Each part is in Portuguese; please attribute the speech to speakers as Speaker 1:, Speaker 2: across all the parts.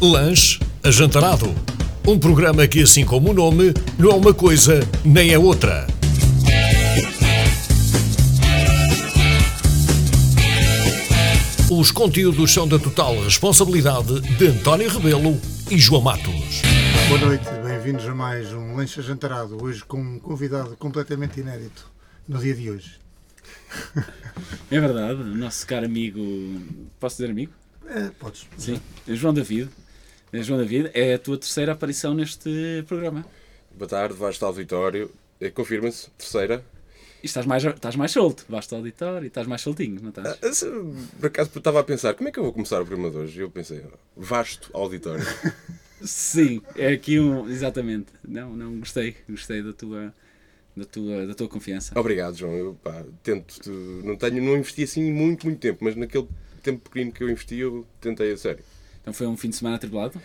Speaker 1: Lanche Ajantarado. Um programa que, assim como o nome, não é uma coisa nem é outra. Os conteúdos são da total responsabilidade de António Rebelo e João Matos.
Speaker 2: Boa noite, bem-vindos a mais um Lanche Ajantarado, hoje com um convidado completamente inédito no dia de hoje.
Speaker 3: É verdade, o nosso caro amigo. Posso dizer amigo?
Speaker 2: É, podes.
Speaker 3: Sim. É João David. É João David, é a tua terceira aparição neste programa.
Speaker 4: Boa tarde, Vasco Auditório. Eh, Confirma-se, terceira.
Speaker 3: E estás mais, estás mais solto, basta ao auditório, estás mais soltinho, não estás?
Speaker 4: Ah, se- Por acaso estava a pensar, como é que eu vou começar o programa de hoje? Eu pensei, ó, vasto auditório.
Speaker 3: Sim, é aqui um. Exatamente. Não, não, gostei. Gostei da tua, da tua, da tua confiança.
Speaker 4: Obrigado, João. Eu pá, tento, te- não tenho, não investi assim muito, muito tempo, mas naquele tempo pequenino que eu investi, eu tentei a sério.
Speaker 3: Então foi um fim de semana atribulado.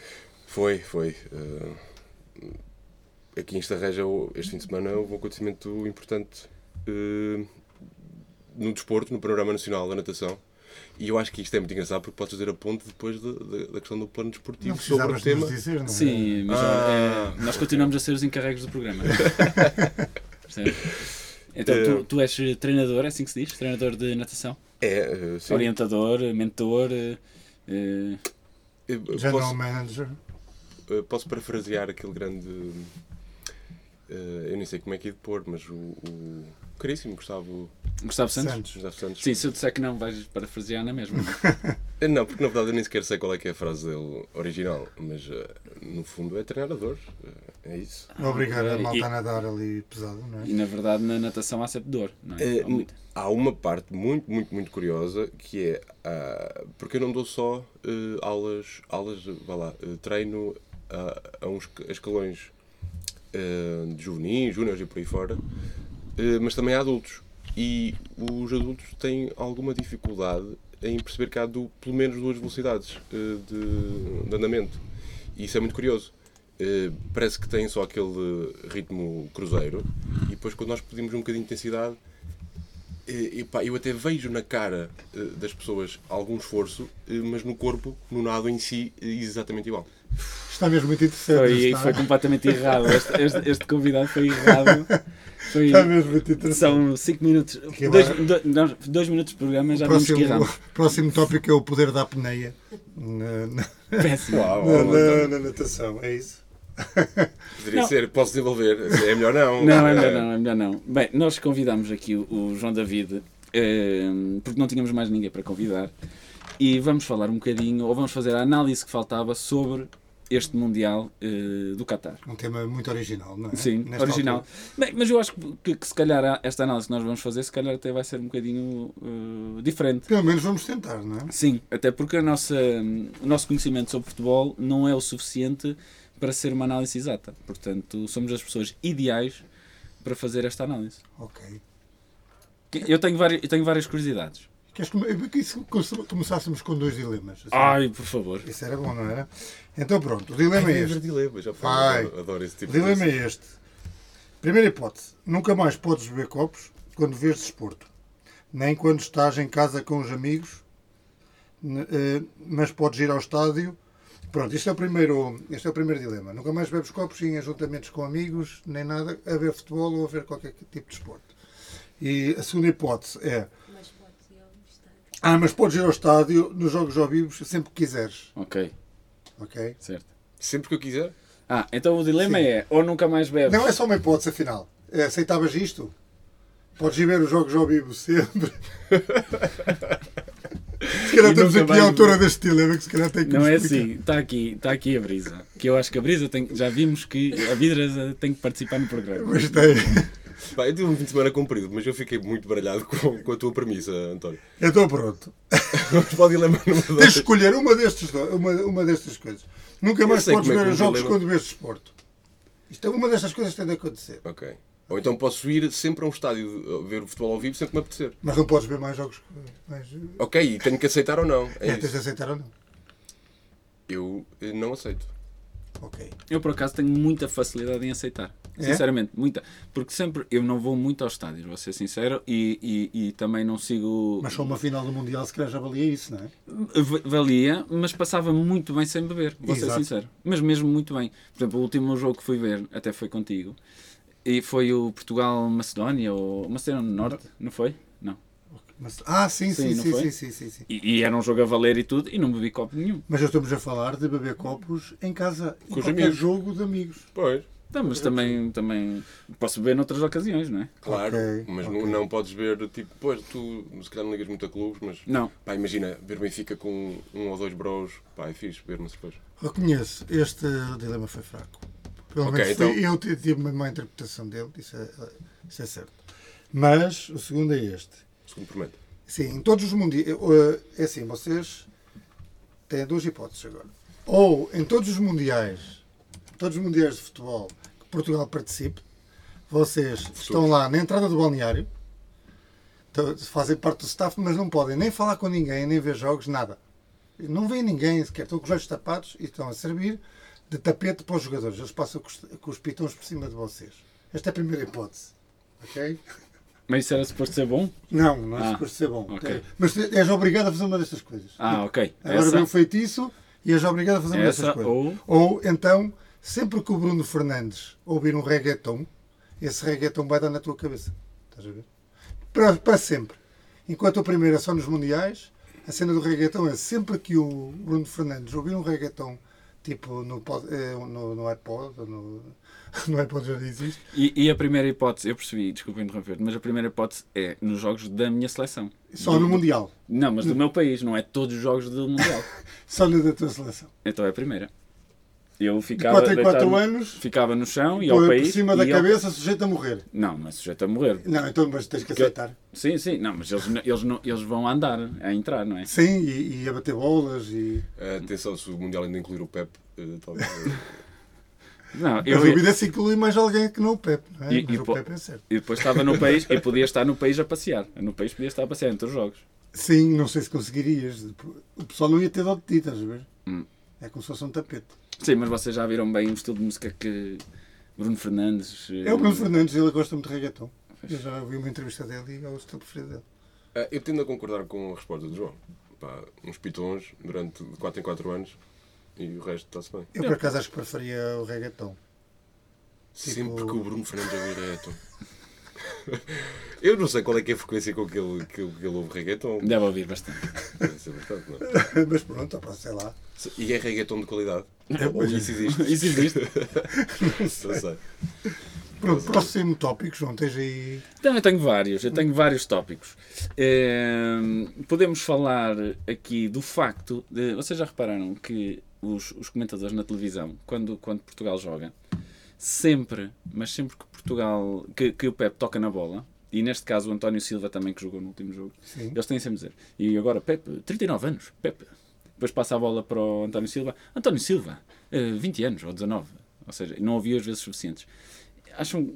Speaker 4: Foi, foi. eh, aqui em Estarreja, eu- este fim de semana, houve um acontecimento importante eh, no desporto, no panorama nacional da natação. E eu acho que isto é muito engraçado porque podes fazer a ponte depois da, da- da questão do plano desportivo
Speaker 2: Não
Speaker 4: sobre o
Speaker 2: precisavas de
Speaker 4: tema.
Speaker 2: nos dizer, não é?
Speaker 3: Sim, mas
Speaker 4: Ah.
Speaker 3: é, nós continuamos a ser os encarregues do programa. Percebe? Então, tu, tu és treinador, é assim que se diz? Treinador de natação?
Speaker 4: É, eh, sim.
Speaker 3: Orientador, mentor. eh, eh,
Speaker 4: Eu
Speaker 2: General
Speaker 4: Posso,
Speaker 2: Manager.
Speaker 4: eu posso parafrasear aquele grande. eh, eu nem sei como é que é de pôr, mas o, o caríssimo Gustavo,
Speaker 3: Gustavo Santos?
Speaker 2: Santos.
Speaker 4: Gustavo Santos.
Speaker 3: Sim, se eu disser que não, vais parafrasear na mesma.
Speaker 4: Eh, Não, porque na verdade eu nem sequer sei qual é que é a frase dele original, mas eh, no fundo é treinador. eh, é isso.
Speaker 2: Obrigar a
Speaker 3: ok.
Speaker 2: malta
Speaker 3: E-
Speaker 2: a nadar ali pesado, não é?
Speaker 3: E na verdade, na natação há sempre dor, não é?
Speaker 4: Eh,
Speaker 3: Há muita.
Speaker 4: há uma parte muito, muito, muito curiosa que é ah, porque eu não dou só eh, aulas, aulas, eh, vá lá, eh, treino a, a uns esca- escalões eh, de juvenis, júniores e por aí fora, eh, mas também há adultos. E os adultos têm alguma dificuldade em perceber que há du- pelo menos duas velocidades eh, de, de andamento. E isso é muito curioso. Eh, parece que têm só aquele ritmo cruzeiro e depois quando nós pedimos um bocadinho de intensidade eh, epá, eu até vejo na cara eh, das pessoas algum esforço, eh, mas no corpo, no nado em si, eh, exatamente igual.
Speaker 2: Está mesmo muito interessante.
Speaker 3: Foi,
Speaker 2: está,
Speaker 3: foi completamente errado. Este, este- este convidado foi errado. Foi,
Speaker 2: está mesmo muito interessante.
Speaker 3: são 5 minutos.
Speaker 2: Que
Speaker 3: 2
Speaker 2: vai-
Speaker 3: minutos de programa já vimos que
Speaker 2: Próximo,
Speaker 3: erramos.
Speaker 2: próximo tópico é o poder da apneia na, na-
Speaker 3: Péssimo.
Speaker 4: Uau,
Speaker 2: na-
Speaker 4: uau,
Speaker 2: na-
Speaker 4: então,
Speaker 2: na natação, é isso?
Speaker 4: poderia
Speaker 3: Não.
Speaker 4: ser, posso desenvolver. É melhor não.
Speaker 3: Não, é
Speaker 4: Eh,
Speaker 3: melhor não, é melhor não. Bem, nós convidamos aqui o, o João David, eh, porque não tínhamos mais ninguém para convidar, e vamos falar um bocadinho, ou vamos fazer a análise que faltava sobre este Mundial eh, do Qatar.
Speaker 2: Um tema muito original, não é?
Speaker 3: Sim,
Speaker 2: Nesta
Speaker 3: original.
Speaker 2: altura.
Speaker 3: Bem, mas eu acho que, que se calhar a- esta análise que nós vamos fazer, se calhar até vai ser um bocadinho eh, diferente.
Speaker 2: Pelo menos vamos tentar, não é?
Speaker 3: Sim, até porque a nossa, o nosso conhecimento sobre futebol não é o suficiente para ser uma análise exata. Portanto, somos as pessoas ideais para fazer esta análise.
Speaker 2: Ok.
Speaker 3: Que- Eu tenho, várias, eu tenho várias curiosidades.
Speaker 2: Queres que, eu- que isso, que se começássemos com dois dilemas? assim?
Speaker 3: Ai, por favor.
Speaker 2: Isso era bom, não era? Então pronto, o dilema é
Speaker 4: É
Speaker 2: este.
Speaker 4: dilema, já
Speaker 2: Ai.
Speaker 4: falei, adoro, adoro esse
Speaker 2: O
Speaker 4: tipo
Speaker 2: dilema
Speaker 4: de
Speaker 2: é este. Primeira hipótese. Nunca mais podes beber copos quando vês desporto. Nem quando estás em casa com os amigos, n- eh, mas podes ir ao estádio. Pronto, este é o primeiro, este é o primeiro dilema. Nunca mais bebes copos em ajuntamentos com amigos, nem nada, a ver futebol ou a ver qualquer tipo de desporto. E a segunda hipótese é...
Speaker 5: Mas pode um ir ao estádio.
Speaker 2: Ah, mas podes ir ao estádio, nos jogos ao vivo, sempre que quiseres,
Speaker 3: Ok,
Speaker 2: ok?
Speaker 3: certo.
Speaker 4: Sempre que eu quiser.
Speaker 3: Ah, então o dilema é ou nunca mais bebes.
Speaker 2: Não é só uma hipótese, afinal. É, Aceitavas isto? Podes ir ver os jogos ao vivo sempre. se calhar
Speaker 3: E
Speaker 2: estamos
Speaker 3: nunca
Speaker 2: aqui
Speaker 3: mais
Speaker 2: à altura deste dilema que se calhar tem que
Speaker 3: Não
Speaker 2: nos
Speaker 3: é
Speaker 2: explicar.
Speaker 3: assim, está aqui, está aqui a brisa. Que eu acho que a brisa tem. Já vimos que a brisa tem que participar no programa.
Speaker 2: Mas tem.
Speaker 4: Pá, eu tive um fim de semana comprido, mas eu fiquei muito baralhado com, com a tua premissa, António.
Speaker 2: Eu estou pronto.
Speaker 4: Vamos para o dilema número
Speaker 2: Tens de
Speaker 4: dois.
Speaker 2: escolher uma, destes, do- uma, uma destas coisas. Nunca
Speaker 4: Eu
Speaker 2: mais
Speaker 4: sei
Speaker 2: podes
Speaker 4: como é
Speaker 2: ver
Speaker 4: que
Speaker 2: os
Speaker 4: um
Speaker 2: jogos
Speaker 4: dilema-
Speaker 2: quando vês desporto. Isto é uma destas coisas que tem de acontecer.
Speaker 4: Ok. Ou então posso ir sempre a um estádio eh, ver o futebol ao vivo sempre que me apetecer.
Speaker 2: Mas não podes ver mais jogos. que- Mais...
Speaker 4: Ok, e tenho que aceitar ou não.
Speaker 2: É,
Speaker 4: É
Speaker 2: tens de
Speaker 4: isso.
Speaker 2: aceitar ou não?
Speaker 4: Eu eh, não aceito.
Speaker 2: Ok.
Speaker 3: Eu por acaso tenho muita facilidade em aceitar. Sinceramente, muita. Porque sempre eu não vou muito aos estádios, vou ser sincero, e, e, e também não sigo.
Speaker 2: Mas só uma final do Mundial se calhar já valia isso, não é?
Speaker 3: V- Valia, mas passava muito bem sem beber, vou ser
Speaker 2: Exato.
Speaker 3: sincero. Mas mesmo muito bem. Por exemplo, o último jogo que fui ver, até foi contigo, e foi o Portugal-Macedónia, ou Macedónia do Norte, não foi? Não.
Speaker 2: Mas- ah, sim,
Speaker 3: Sim,
Speaker 2: sim,
Speaker 3: não
Speaker 2: sim,
Speaker 3: foi?
Speaker 2: sim, sim, sim, sim.
Speaker 3: E, e era um jogo a valer e tudo, e não bebi copo nenhum.
Speaker 2: Mas já estamos a falar de beber copos em casa. em
Speaker 4: Com os
Speaker 2: qualquer
Speaker 4: amigos.
Speaker 2: jogo de amigos.
Speaker 4: Pois,
Speaker 3: Tá, mas também, também posso beber noutras ocasiões, não é?
Speaker 4: claro.
Speaker 2: Ok,
Speaker 4: mas
Speaker 2: ok.
Speaker 4: Não, não podes ver, tipo, pois tu se calhar não ligas muito a clubes, mas
Speaker 3: Não.
Speaker 4: pá, imagina, ver Benfica com um ou dois bros, pá, é fixe, beber uma cerveja.
Speaker 2: Reconheço, este dilema foi fraco. Pelo
Speaker 4: Ok,
Speaker 2: menos foi-
Speaker 4: então-
Speaker 2: eu t- tive uma má interpretação dele, isso é, isso é certo. Mas o segundo é este.
Speaker 4: Segundo promete.
Speaker 2: Sim, em todos os mundiais. É assim, vocês têm duas hipóteses agora. Ou em todos os mundiais, todos os mundiais de futebol que Portugal participe, vocês estão lá na entrada do balneário, to- fazem parte do staff, mas não podem nem falar com ninguém, nem ver jogos, nada. Não vêem ninguém sequer, estão com os olhos tapados e estão a servir de tapete para os jogadores. Eles passam com os, com os pitons por cima de vocês. Esta é a primeira hipótese. Ok?
Speaker 3: Mas isso era suposto ser bom?
Speaker 2: Não, não
Speaker 3: Ah,
Speaker 2: é suposto ser bom.
Speaker 3: ok.
Speaker 2: Mas tu és obrigado a fazer uma destas coisas.
Speaker 3: Ah, ok.
Speaker 2: Agora vem um o
Speaker 3: Essa,
Speaker 2: feitiço e és obrigado a fazer uma
Speaker 3: Essa
Speaker 2: destas coisas.
Speaker 3: ou-
Speaker 2: então, sempre que o Bruno Fernandes ouvir um reggaeton, esse reggaeton vai dar na tua cabeça. Estás a ver? Para, para sempre. Enquanto a primeira é só nos mundiais, a cena do reggaeton é sempre que o Bruno Fernandes ouvir um reggaeton, tipo no, pod- eh, no, no iPod, ou no, no iPod já existe,
Speaker 3: e, e a primeira hipótese, eu percebi, desculpa interromper, mas a primeira hipótese é nos jogos da minha seleção.
Speaker 2: só no mundial,
Speaker 3: Não, mas do
Speaker 2: Hum.
Speaker 3: meu país, não é todos os jogos do Mundial.
Speaker 2: só na da tua seleção.
Speaker 3: Então é a primeira. Eu ficava,
Speaker 2: Quatro em quatro
Speaker 3: deitado-
Speaker 2: anos,
Speaker 3: ficava no chão e ao
Speaker 2: Põe
Speaker 3: país.
Speaker 2: por cima da
Speaker 3: e ao-
Speaker 2: cabeça, sujeito a morrer.
Speaker 3: Não, mas sujeito a morrer.
Speaker 2: Não, então, mas tens que aceitar.
Speaker 3: Sim, sim, não, mas eles, não- eles, não- eles vão andar a entrar, não é?
Speaker 2: Sim, e, e a bater bolas e.
Speaker 4: Eh, atenção, se o Mundial ainda incluir o Pep, eh, talvez.
Speaker 3: Não,
Speaker 2: Eu
Speaker 3: eu,
Speaker 2: a dúvida é se inclui mais alguém que não o Pepe, não é?
Speaker 3: E-
Speaker 2: Mas
Speaker 3: e
Speaker 2: o
Speaker 3: po-
Speaker 2: Pepe é certo.
Speaker 3: e depois estava no país e podia estar no país a passear. No país podia estar a passear entre os jogos.
Speaker 2: Sim, não sei se conseguirias. O pessoal não ia ter dó de ti, estás a ver?
Speaker 3: Hum.
Speaker 2: É como se fosse um tapete.
Speaker 3: Sim, mas vocês já viram bem o estilo de música que Bruno Fernandes. eh,
Speaker 2: É o Bruno Fernandes, ele gosta muito de reggaeton. Eu já ouvi uma entrevista dele e é o estilo preferido dele.
Speaker 4: Eh, eu tendo a concordar com a resposta do João. Pá, uns pitons durante 4 em 4 anos e o resto está-se bem.
Speaker 3: É.
Speaker 2: Eu, por acaso, acho que preferia o reggaeton. Tipo
Speaker 4: Sempre que o Bruno Fernandes ouve reggaeton. Eu não sei qual é que é a frequência com que ele, que ele, que ele ouve reggaeton.
Speaker 3: Deve ouvir bastante.
Speaker 4: Deve ser bastante, não é?
Speaker 2: Mas pronto, opa, sei lá.
Speaker 4: E é reggaeton de qualidade. Ou isso existe.
Speaker 3: É Isso existe.
Speaker 4: Não sei.
Speaker 2: Pronto, próximo tópico, João, tens aí.
Speaker 3: Então, eu tenho vários, eu tenho vários tópicos. Ehm, podemos falar aqui do facto de. Vocês já repararam que os, os comentadores na televisão, quando, quando Portugal joga, sempre, mas sempre que Portugal. Que, que o Pep toca na bola, e neste caso o António Silva também, que jogou no último jogo,
Speaker 2: Sim.
Speaker 3: eles têm sempre a dizer. E agora, Pep, 39 anos, Pep. Depois passa a bola para o António Silva. António Silva, eh, 20 anos ou 19. Ou seja, não ouviu as vezes suficientes. Acham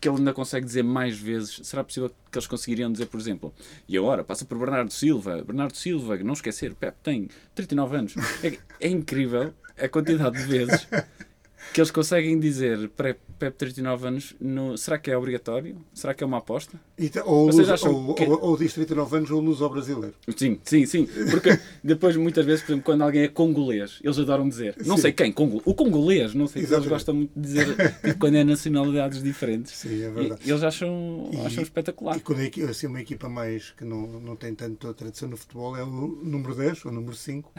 Speaker 3: que ele ainda consegue dizer mais vezes? Será possível que eles conseguiriam dizer, por exemplo, e agora passa por Bernardo Silva, Bernardo Silva, não esquecer, Pep tem 39 anos. É, é incrível a quantidade de vezes que eles conseguem dizer para Pep 39 anos. no- será que é obrigatório? Será que é uma aposta?
Speaker 2: E te- ou,
Speaker 3: Vocês
Speaker 2: Luso-
Speaker 3: acham
Speaker 2: ou,
Speaker 3: que-
Speaker 2: ou, ou diz 39 anos ou Luz ao Brasileiro.
Speaker 3: Sim, sim, sim. Porque depois, muitas vezes, por exemplo, quando alguém é congolês, eles adoram dizer. Não
Speaker 2: Sim.
Speaker 3: sei quem, congo, o congolês, não sei. Eles
Speaker 2: Exatamente.
Speaker 3: gostam muito de dizer tipo, quando é nacionalidades diferentes.
Speaker 2: Sim, é
Speaker 3: E-
Speaker 2: verdade.
Speaker 3: E, eles acham, acham
Speaker 2: E-
Speaker 3: espetacular.
Speaker 2: E quando é que- assim, uma equipa mais que não, não tem tanta tradição no futebol é o número 10 ou o número 5.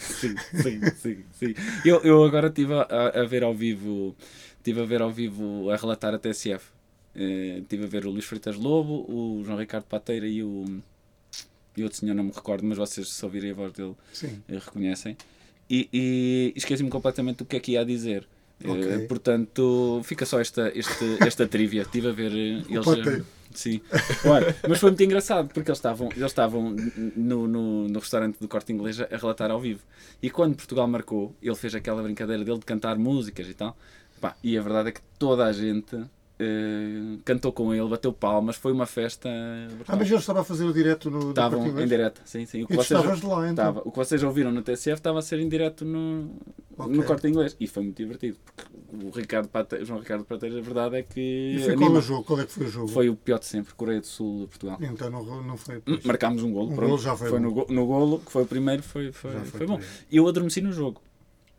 Speaker 3: sim, sim, sim, sim. Eu, eu agora estive a, a- a ver ao vivo, estive a ver ao vivo a relatar a TSF. Eh, Estive a ver o Luís Freitas Lobo, o João Ricardo Pateira e o e outro senhor, não me recordo, mas vocês se ouvirem a voz dele
Speaker 2: Sim.
Speaker 3: eh, reconhecem. E, e esqueci-me completamente do que é que ia a dizer. Eh,
Speaker 2: Ok.
Speaker 3: portanto, fica só esta, este, esta trivia. Estive a ver eh, eles.
Speaker 2: Pateiro.
Speaker 3: Sim. Olha, mas foi muito engraçado porque eles estavam, eles estavam n- no, no, no restaurante do Corte Inglês a a relatar ao vivo. E quando Portugal marcou, ele fez aquela brincadeira dele de cantar músicas e tal. Pá, e a verdade é que toda a gente eh, eh, cantou com ele, bateu palmas, foi uma festa.
Speaker 2: Ah,
Speaker 3: brutal.
Speaker 2: mas eu estava a fazer o direto no do
Speaker 3: Estavam
Speaker 2: Partido
Speaker 3: em
Speaker 2: Verde?
Speaker 3: direto, sim, sim. O
Speaker 2: E tu estavas de lá, então?
Speaker 3: estava. O que vocês ouviram no TCF estava a ser em direto no,
Speaker 2: Ok.
Speaker 3: no corte inglês. E foi muito divertido, porque o Ricardo Pate- João Ricardo Pateira, a verdade é que
Speaker 2: E foi qual
Speaker 3: anima.
Speaker 2: o jogo? Qual é que foi o jogo?
Speaker 3: Foi o pior de sempre, Coreia do Sul, Portugal.
Speaker 2: Então não, não foi.
Speaker 3: Hum,
Speaker 2: pois.
Speaker 3: Marcámos um golo,
Speaker 2: Um
Speaker 3: pronto.
Speaker 2: golo já foi bom.
Speaker 3: no, go- no golo, que foi o primeiro, foi, foi,
Speaker 2: Já
Speaker 3: foi,
Speaker 2: foi
Speaker 3: bom.
Speaker 2: primeiro. Ah,
Speaker 3: E eu adormeci no jogo,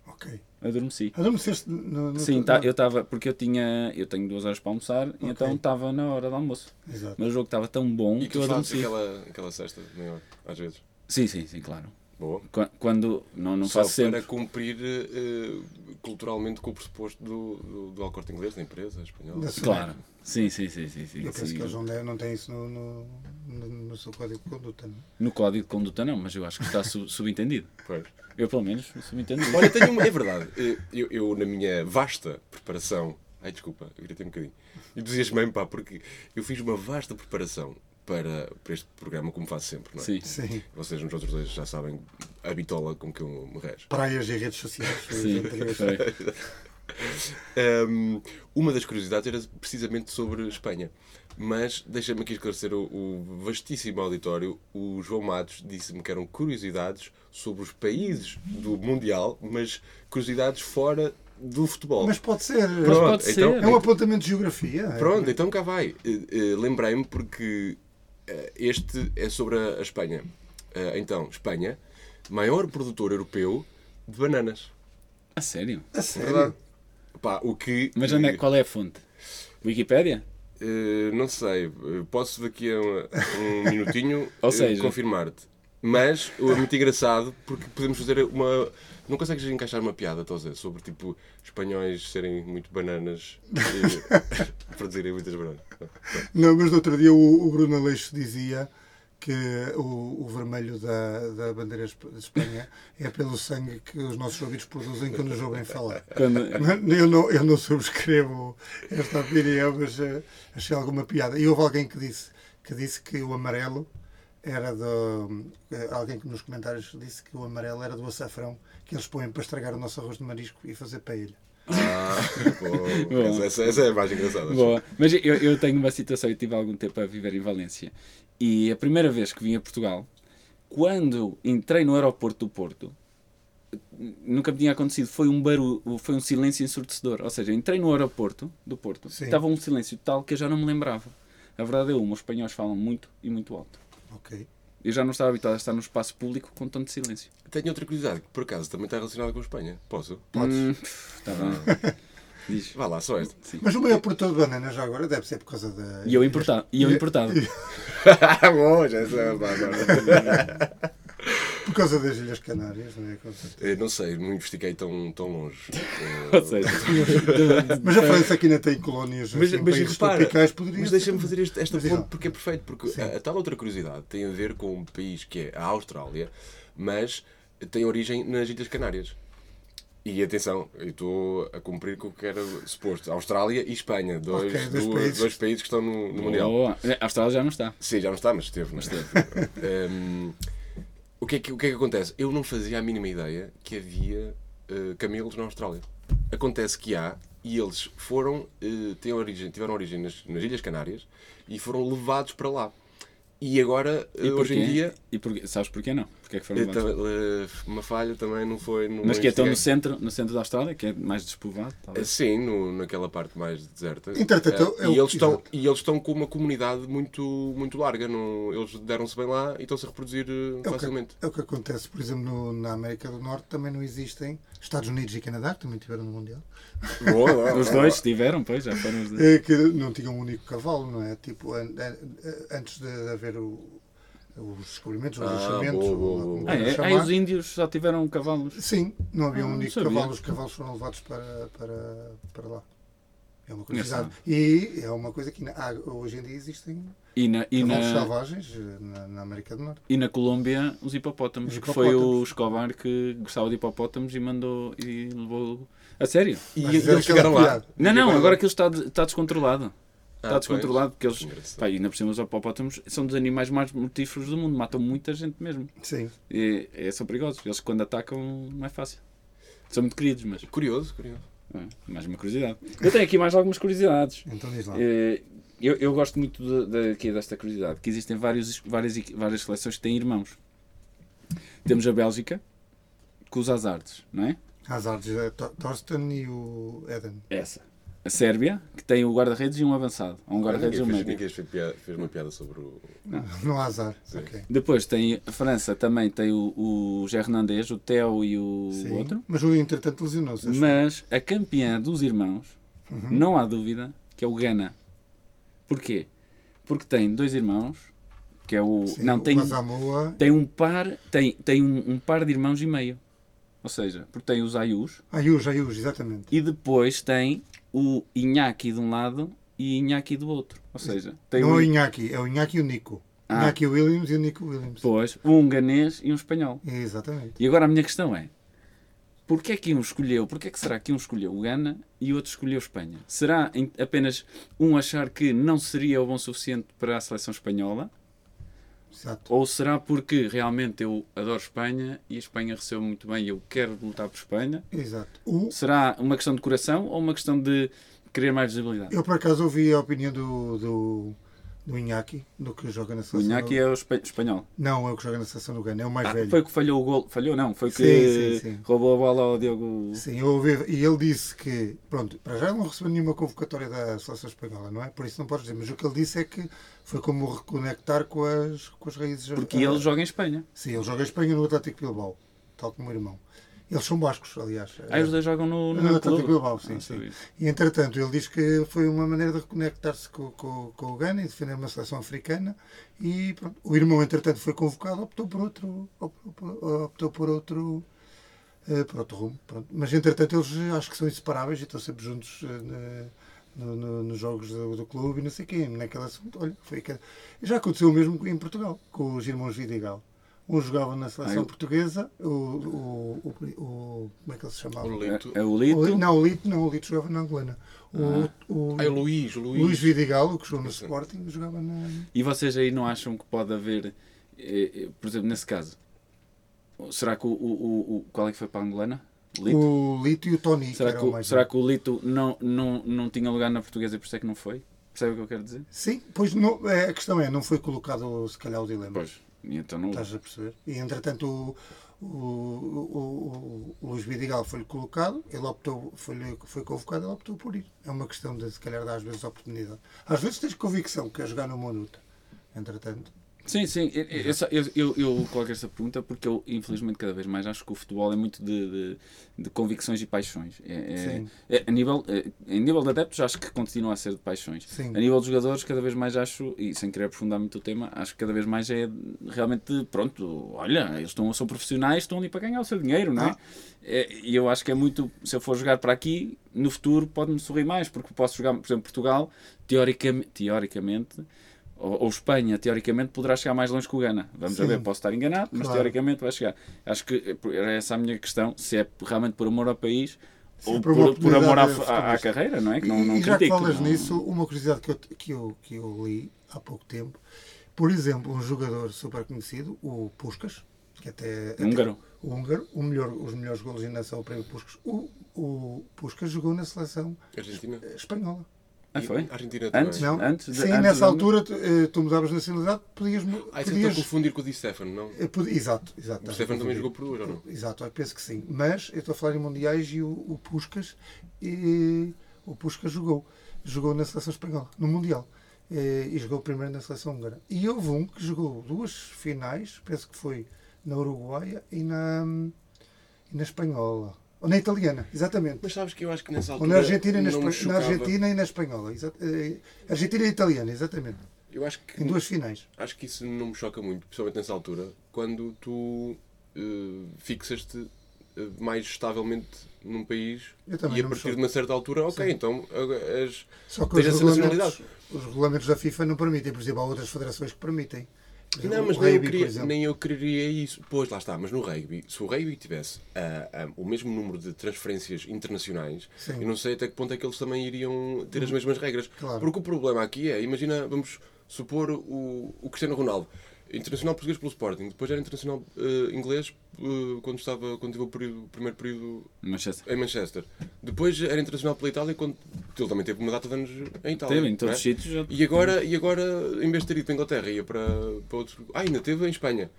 Speaker 2: Ok.
Speaker 3: adormeci.
Speaker 2: Adormeceste no. no
Speaker 3: Sim,
Speaker 2: no-
Speaker 3: tá, eu estava, porque eu tinha, eu tenho duas horas para almoçar, e
Speaker 2: Ok.
Speaker 3: então estava na hora do almoço.
Speaker 2: Exato.
Speaker 3: Mas o jogo estava tão bom
Speaker 4: E
Speaker 3: que
Speaker 4: tu
Speaker 3: eu
Speaker 4: fazes
Speaker 3: adormeci.
Speaker 4: aquela, aquela cesta maior, às vezes.
Speaker 3: Sim, sim, sim, claro.
Speaker 4: Boa.
Speaker 3: Qu- Quando, não, não
Speaker 4: Só
Speaker 3: faço sempre.
Speaker 4: para cumprir eh, culturalmente com o pressuposto do, do, do Alcorte Inglês, da empresa espanhola.
Speaker 2: Da Soneca.
Speaker 3: Claro.
Speaker 4: né?
Speaker 3: Sim, sim, sim, sim, sim,
Speaker 2: Eu penso
Speaker 3: sim.
Speaker 2: que eles não, devem- não têm isso no, no, no- no seu código de conduta. não? é?
Speaker 3: No código de conduta não, mas eu acho que está sub- subentendido.
Speaker 4: Pois.
Speaker 3: Eu pelo menos subentendi.
Speaker 4: Olha, tenho uma... É verdade, eh, eu, eu na minha vasta preparação... Ai, desculpa, eu gritei um bocadinho. Entusiasmei-me, pá, porque eu fiz uma vasta preparação para, para este programa, como faço sempre, não é?
Speaker 3: Sim.
Speaker 2: Sim.
Speaker 4: Vocês, nos outros dois, já sabem a bitola com que eu me rejo.
Speaker 2: Praias e redes sociais. foi os
Speaker 3: Sim,
Speaker 2: anteriores.
Speaker 3: foi.
Speaker 4: Um, uma das curiosidades era precisamente sobre Espanha. Mas deixa-me aqui esclarecer o, o vastíssimo auditório. O João Matos disse-me que eram curiosidades sobre os países do Mundial, mas curiosidades fora do futebol.
Speaker 2: Mas pode ser.
Speaker 4: Pronto,
Speaker 3: pode
Speaker 4: então,
Speaker 3: ser.
Speaker 2: É um apontamento de geografia. é?
Speaker 4: pronto, então cá vai. Eh, eh, Lembrei-me porque eh, este é sobre a, a Espanha. Eh, então, Espanha, maior produtor europeu de bananas.
Speaker 3: A Ah, sério?
Speaker 2: A sério?
Speaker 4: Verdade? Pá, o que.
Speaker 3: Mas onde é, que- qual é a fonte? Wikipédia?
Speaker 4: Eh, não sei, eh, posso daqui a um, um minutinho
Speaker 3: Ou
Speaker 4: eh,
Speaker 3: seja-
Speaker 4: confirmar-te. Mas é muito engraçado porque podemos fazer uma. Não consegues encaixar uma piada, estou a dizer, sobre tipo espanhóis serem muito bananas e produzirem muitas bananas.
Speaker 2: Não, mas no outro dia o, o Bruno Aleixo dizia que o, o vermelho da, da bandeira esp- de Espanha é pelo sangue que os nossos ouvidos produzem quando nos ouvem falar.
Speaker 3: Quando-
Speaker 2: Mas Eu não, eu não subscrevo esta opinião, mas eh, achei alguma piada. E houve alguém que disse que, disse que o amarelo era do. eh, Alguém que nos comentários disse que o amarelo era do açafrão que eles põem para estragar o nosso arroz de marisco e fazer paella.
Speaker 4: Ah, bom, essa, essa- essa é a mais engraçada. acho.
Speaker 3: Boa. Mas eu, eu tenho uma situação, eu tive algum tempo a viver em Valência. E a primeira vez que vim a Portugal, quando entrei no aeroporto do Porto, nunca me tinha acontecido, foi um barulho, foi um silêncio ensurdecedor. Ou seja, eu entrei no aeroporto do Porto,
Speaker 2: Sim.
Speaker 3: estava um silêncio tal que eu já não me lembrava. A verdade é uma, os espanhóis falam muito e muito alto.
Speaker 2: Ok.
Speaker 3: Eu já não estava habituado a estar no espaço público com tanto silêncio.
Speaker 4: Tenho outra curiosidade que por acaso também está relacionada com a Espanha. Posso?
Speaker 2: Podes.
Speaker 3: Hum, pff, tá bom. Diz.
Speaker 4: Vá lá, só esta.
Speaker 2: Mas o maior produtor de bananas já agora deve ser por causa da.
Speaker 3: E eu importado. E eu importado.
Speaker 4: Ah, bom, já essa é pá, agora.
Speaker 2: Por causa das Ilhas Canárias, não é? Com certeza.
Speaker 4: Eh, Não sei, não investiguei tão, tão longe. Eh,
Speaker 3: Ou seja,
Speaker 2: Mas a França aqui ainda tem colónias
Speaker 4: Mas,
Speaker 2: assim,
Speaker 4: mas
Speaker 2: países
Speaker 4: repara,
Speaker 2: tropicais, poderia
Speaker 4: mas
Speaker 2: ser.
Speaker 4: deixa-me fazer este, esta
Speaker 2: Mas diz
Speaker 4: ponte
Speaker 2: lá.
Speaker 4: porque é perfeito, porque a, a tal outra curiosidade tem a ver com um país que é a Austrália, mas tem origem nas Ilhas Canárias. E atenção, eu estou a cumprir com o que era suposto. Austrália e Espanha, dois,
Speaker 2: Ok, dois
Speaker 4: duas- dois
Speaker 2: países.
Speaker 4: países. que estão no, no Mundial.
Speaker 3: Boa. É, a Austrália já não está.
Speaker 4: Sim, já não está, mas esteve. Mas esteve. Hum, o, que é que, o que é que acontece? Eu não fazia a mínima ideia que havia eh, camelos na Austrália. Acontece que há, e eles foram, eh, têm origem, tiveram origem nas, nas Ilhas Canárias e foram levados para lá. E agora, eh,
Speaker 3: E
Speaker 4: hoje em
Speaker 3: porquê?
Speaker 4: dia,
Speaker 3: E porquê? Sabes porquê não? Porque é que foram
Speaker 4: eh,
Speaker 3: levados?
Speaker 4: tam- eh, uma falha também não foi. não
Speaker 3: Mas que é tão no
Speaker 4: investiguei.
Speaker 3: centro, no centro da Austrália, que é mais despovoado,
Speaker 4: Eh,
Speaker 3: talvez.
Speaker 4: Sim, no, naquela parte mais deserta.
Speaker 2: Entretanto,
Speaker 4: Eh,
Speaker 2: é o-
Speaker 4: e, eles estão,
Speaker 2: exato.
Speaker 4: e eles estão com uma comunidade muito, muito larga. não- eles deram-se bem lá e estão-se a reproduzir eh,
Speaker 2: É o,
Speaker 4: facilmente.
Speaker 2: que, é o que acontece, por exemplo, no- na América do Norte também não existem. Estados Unidos e Canadá, que também tiveram no Mundial,
Speaker 4: Boa, boa,
Speaker 3: Os
Speaker 4: boa.
Speaker 3: dois tiveram, pois, já foram os dois.
Speaker 2: eh, que não tinham um único cavalo, não é? Tipo, an- an- antes de haver o- os descobrimentos, os
Speaker 4: Ah,
Speaker 2: achamentos,
Speaker 4: boa, boa,
Speaker 2: ou
Speaker 4: boa.
Speaker 2: como
Speaker 3: Ah,
Speaker 2: queiram
Speaker 3: é? Ah,
Speaker 2: chamar.
Speaker 3: e os índios só tiveram cavalos.
Speaker 2: Sim, não havia
Speaker 3: Ah,
Speaker 2: um
Speaker 3: não
Speaker 2: único
Speaker 3: sabia.
Speaker 2: cavalo, os cavalos foram levados para, para, para lá. É uma curiosidade.
Speaker 3: Engraçado.
Speaker 2: E é uma coisa que na- há- hoje em dia existem
Speaker 3: E na, e
Speaker 2: cavalos
Speaker 3: na,
Speaker 2: selvagens eh, na, na América do Norte.
Speaker 3: e na Colômbia, os hipopótamos.
Speaker 2: Os
Speaker 3: Que foi o
Speaker 2: hipopótamos.
Speaker 3: Escobar que gostava de hipopótamos e mandou e levou. A sério?
Speaker 4: E
Speaker 2: Mas era
Speaker 4: eles chegaram lá.
Speaker 2: piada.
Speaker 3: Não, não, agora aquilo está, de- está descontrolado. Está
Speaker 4: Ah,
Speaker 3: descontrolado porque eles.
Speaker 4: Engraçado.
Speaker 3: Pá, e ainda por cima os hipopótamos são dos animais mais mortíferos do mundo, matam muita gente mesmo.
Speaker 2: Sim.
Speaker 3: E, é, são perigosos. Eles quando atacam não é fácil. São muito queridos, mas.
Speaker 4: Curioso, curioso.
Speaker 3: Ah, Mais uma curiosidade. Eu tenho aqui mais algumas curiosidades.
Speaker 2: Então diz lá.
Speaker 3: Eh, Eu, eu gosto muito de- de- aqui desta curiosidade, que existem vários, várias, equi- várias seleções que têm irmãos. Temos a Bélgica, com os Hazards, não é?
Speaker 2: Hazard, é Tor- Torsten e o Eden.
Speaker 3: Essa. A Sérvia, que tem o guarda-redes e um avançado. Ou um guarda-redes e um
Speaker 4: Ninguém fez,
Speaker 3: médio.
Speaker 4: ninguém fez, piada- fez uma piada sobre o.
Speaker 2: Não há azar. Ok.
Speaker 3: Depois tem a França, também tem o, o Gé Hernandez, o Theo e o
Speaker 2: Sim.
Speaker 3: outro.
Speaker 2: Mas o entretanto lesionou-se. acho.
Speaker 3: Mas a campeã dos irmãos,
Speaker 2: Uhum.
Speaker 3: não há dúvida, que é o Gana. Porquê? Porque tem dois irmãos, que é o.
Speaker 2: Sim,
Speaker 3: não,
Speaker 2: o
Speaker 3: tem,
Speaker 2: Mazamua.
Speaker 3: tem um par, tem, tem um, um par de irmãos e meio. Ou seja, porque tem os Ayus
Speaker 2: Ah, Ayush, Ayush, exatamente.
Speaker 3: e depois tem o Inhaki de um lado e Inhaki do outro. Ou seja, tem
Speaker 2: Não
Speaker 3: um,
Speaker 2: é o Iñaki, é o Iñaki e o Nico.
Speaker 3: Ah.
Speaker 2: Iñaki Williams e o Nico Williams.
Speaker 3: depois, um ganês e um espanhol.
Speaker 2: Exatamente.
Speaker 3: E agora a minha questão é: porquê é que um escolheu, porquê é que será que um escolheu o Gana e outro escolheu Espanha? Será em- apenas um achar que não seria o bom suficiente para a seleção espanhola?
Speaker 2: Exato.
Speaker 3: Ou será porque realmente eu adoro Espanha e a Espanha recebeu muito bem e eu quero lutar por Espanha?
Speaker 2: Exato. O-
Speaker 3: Será uma questão de coração ou uma questão de querer mais visibilidade?
Speaker 2: eu por acaso ouvi a opinião do, do, do Iñaki, do que joga na
Speaker 3: O
Speaker 2: seleção.
Speaker 3: Iñaki
Speaker 2: do...
Speaker 3: é o espa- espanhol.
Speaker 2: Não, é o que joga na seleção do Gana, é o mais
Speaker 3: Ah,
Speaker 2: velho.
Speaker 3: foi o que falhou o gol. Falhou, não. Foi o que
Speaker 2: Sim, sim, sim.
Speaker 3: roubou a bola ao Diogo.
Speaker 2: Sim, eu ouvi, e ele disse que, pronto, para já não recebeu nenhuma convocatória da seleção espanhola, não é? Por isso não podes dizer, mas o que ele disse é que foi como reconectar com as, com as raízes.
Speaker 3: Porque
Speaker 2: ah,
Speaker 3: ele joga em Espanha.
Speaker 2: Sim, ele joga em Espanha no Atlético Bilbao, tal como o irmão. Eles são bascos, aliás.
Speaker 3: Aí os dois jogam no, no
Speaker 2: No
Speaker 3: mesmo
Speaker 2: Atlético
Speaker 3: clube.
Speaker 2: Bilbao, sim,
Speaker 3: Ah,
Speaker 2: sim.
Speaker 3: sabia.
Speaker 2: E entretanto, ele diz que foi uma maneira de reconectar-se com, com- com o Ghana e defender uma seleção africana. E pronto, o irmão, entretanto, foi convocado, optou por outro, optou, optou por outro, eh, por outro rumo. pronto. Mas entretanto, eles eh, acho que são inseparáveis e estão sempre juntos eh, na- no- no- nos jogos do, do clube e não sei quem. Naquele assunto, olha, foi cada- Já aconteceu o mesmo em Portugal, com os irmãos Vidigal. Um jogava na seleção
Speaker 3: eu-
Speaker 2: portuguesa, o, o, o- o- Como é que ele se chamava?
Speaker 4: O Lito.
Speaker 3: É, é o
Speaker 2: O Li-
Speaker 3: Lito.
Speaker 2: não, o Lito não, o Lito jogava na Angolana. O, o,
Speaker 4: Ah, é o Luís, o Luís.
Speaker 2: Luís Vidigal, o que jogou no Sporting, jogava na.
Speaker 3: E vocês aí não acham que pode haver, eh, eh, por exemplo, nesse caso? Será que o. o- o- o- qual é que foi para a Angolana? Lito?
Speaker 2: O Lito e o Tony.
Speaker 3: será,
Speaker 2: que
Speaker 3: que,
Speaker 2: eram
Speaker 3: o-
Speaker 2: mais
Speaker 3: será que o Lito não, não, não tinha lugar na portuguesa e por isso é que não foi? Percebe o que eu quero dizer?
Speaker 2: Sim, pois não, é, a questão é, não foi colocado se calhar o dilema.
Speaker 3: E então não.
Speaker 2: Estás a perceber? E entretanto o, o, o, o- o Luís Vidigal foi-lhe colocado, ele optou, foi, foi convocado, ele optou por ir. É uma questão de se calhar dar às vezes oportunidade. Às vezes tens convicção que queres jogar numa luta. Entretanto,
Speaker 3: Sim, sim. Eu, eu, só- eu, eu- eu coloco esta pergunta porque eu, infelizmente, cada vez mais acho que o futebol é muito de, de- de convicções e paixões. É- é-
Speaker 2: Sim.
Speaker 3: é, a, nível, é, em nível de adeptos, acho que continua a ser de paixões.
Speaker 2: Sim.
Speaker 3: A nível de jogadores, cada vez mais acho, e sem querer aprofundar muito o tema, acho que cada vez mais é realmente, pronto, olha, eles estão, são profissionais, estão ali para ganhar o seu dinheiro, não é?
Speaker 2: Ah.
Speaker 3: É, E eu acho que é muito, se eu for jogar para aqui, no futuro pode-me sorrir mais, porque posso jogar, por exemplo, Portugal, teoricamente, teoricamente ou, ou Espanha, teoricamente, poderá chegar mais longe que o Gana. Vamos a
Speaker 2: Sim.
Speaker 3: ver, posso estar enganado, mas
Speaker 2: Claro.
Speaker 3: teoricamente vai chegar. Acho que era essa a minha questão, se é realmente por amor ao país ou
Speaker 2: por
Speaker 3: por,
Speaker 2: uma
Speaker 3: por amor à,
Speaker 2: oportunidade
Speaker 3: à- à
Speaker 2: futebolista.
Speaker 3: carreira, não é? Que
Speaker 2: E-
Speaker 3: não, não
Speaker 2: e já que
Speaker 3: critico,
Speaker 2: falas
Speaker 3: não-
Speaker 2: nisso, uma curiosidade que eu, que, eu, que eu li há pouco tempo, por exemplo, um jogador super conhecido, o Puskas, que até. até-
Speaker 3: Um Húngaro.
Speaker 2: o húngaro, o melhor, os melhores golos ainda são o prémio Puskas. O, o Puskas jogou na seleção
Speaker 4: Argentina.
Speaker 2: espanhola.
Speaker 3: Ah,
Speaker 4: E-
Speaker 3: foi?
Speaker 4: Argentina
Speaker 3: Antes?
Speaker 4: também.
Speaker 2: Não?
Speaker 3: Antes de-
Speaker 2: Sim,
Speaker 3: antes
Speaker 2: nessa
Speaker 3: de-
Speaker 2: altura tu, eh, tu mudavas de nacionalidade, podias. mu-
Speaker 4: Ah, isso eu estou a
Speaker 2: podias
Speaker 4: confundir com o Di Stefano, não?
Speaker 2: eh, pod- exato, exato.
Speaker 4: O Stefano também jogou por hoje, ou não?
Speaker 2: Exato, eu penso que sim. Mas eu estou a falar em mundiais e o, o Puskas e, o Puskas jogou. Jogou na seleção espanhola, no Mundial. Eh, E, jogou primeiro na seleção húngara. E houve um que jogou duas finais, penso que foi na Uruguaia e na, e na espanhola. Ou na italiana, exatamente.
Speaker 4: Mas sabes que eu acho que nessa
Speaker 2: Ou
Speaker 4: altura.
Speaker 2: na Argentina, e na, Espa-
Speaker 4: não me
Speaker 2: na
Speaker 4: chocava.
Speaker 2: Argentina e na espanhola. exa- eh, Argentina e italiana, exatamente.
Speaker 4: Eu acho que
Speaker 2: Em duas finais.
Speaker 4: acho que isso não me choca muito, principalmente nessa altura, quando tu eh, fixas-te eh, mais estavelmente num país
Speaker 2: Eu também
Speaker 4: e a
Speaker 2: não me
Speaker 4: partir
Speaker 2: choca.
Speaker 4: de uma certa altura, ok, então eh, as,
Speaker 2: Só que os
Speaker 4: tens essa
Speaker 2: regulamentos,
Speaker 4: nacionalidade.
Speaker 2: os regulamentos da FIFA não permitem, por exemplo, há outras federações que permitem. Por exemplo,
Speaker 4: Não, mas
Speaker 2: o
Speaker 4: nem eu,
Speaker 2: rugby, por
Speaker 4: queria,
Speaker 2: exemplo.
Speaker 4: nem eu quereria isso. Pois, lá está, mas no rugby, se o rugby tivesse ah, ah, o mesmo número de transferências internacionais,
Speaker 2: Sim. Uhum.
Speaker 4: eu não sei até que ponto é que eles também iriam ter as mesmas regras.
Speaker 2: Claro.
Speaker 4: Porque o problema aqui é, imagina, vamos supor o, o Cristiano Ronaldo. Eh, internacional português pelo Sporting, depois era internacional eh, inglês eh, quando, estava, quando tive o, período- o primeiro período
Speaker 3: Manchester.
Speaker 4: em Manchester. Depois era internacional pela Itália quando ele também teve uma data de anos em Itália.
Speaker 3: Teve em
Speaker 4: não
Speaker 3: todos
Speaker 4: é?
Speaker 3: os sítios.
Speaker 4: E agora, e agora, em vez de ter ido para a Inglaterra, ia para, para outro. Ah, ainda teve em Espanha.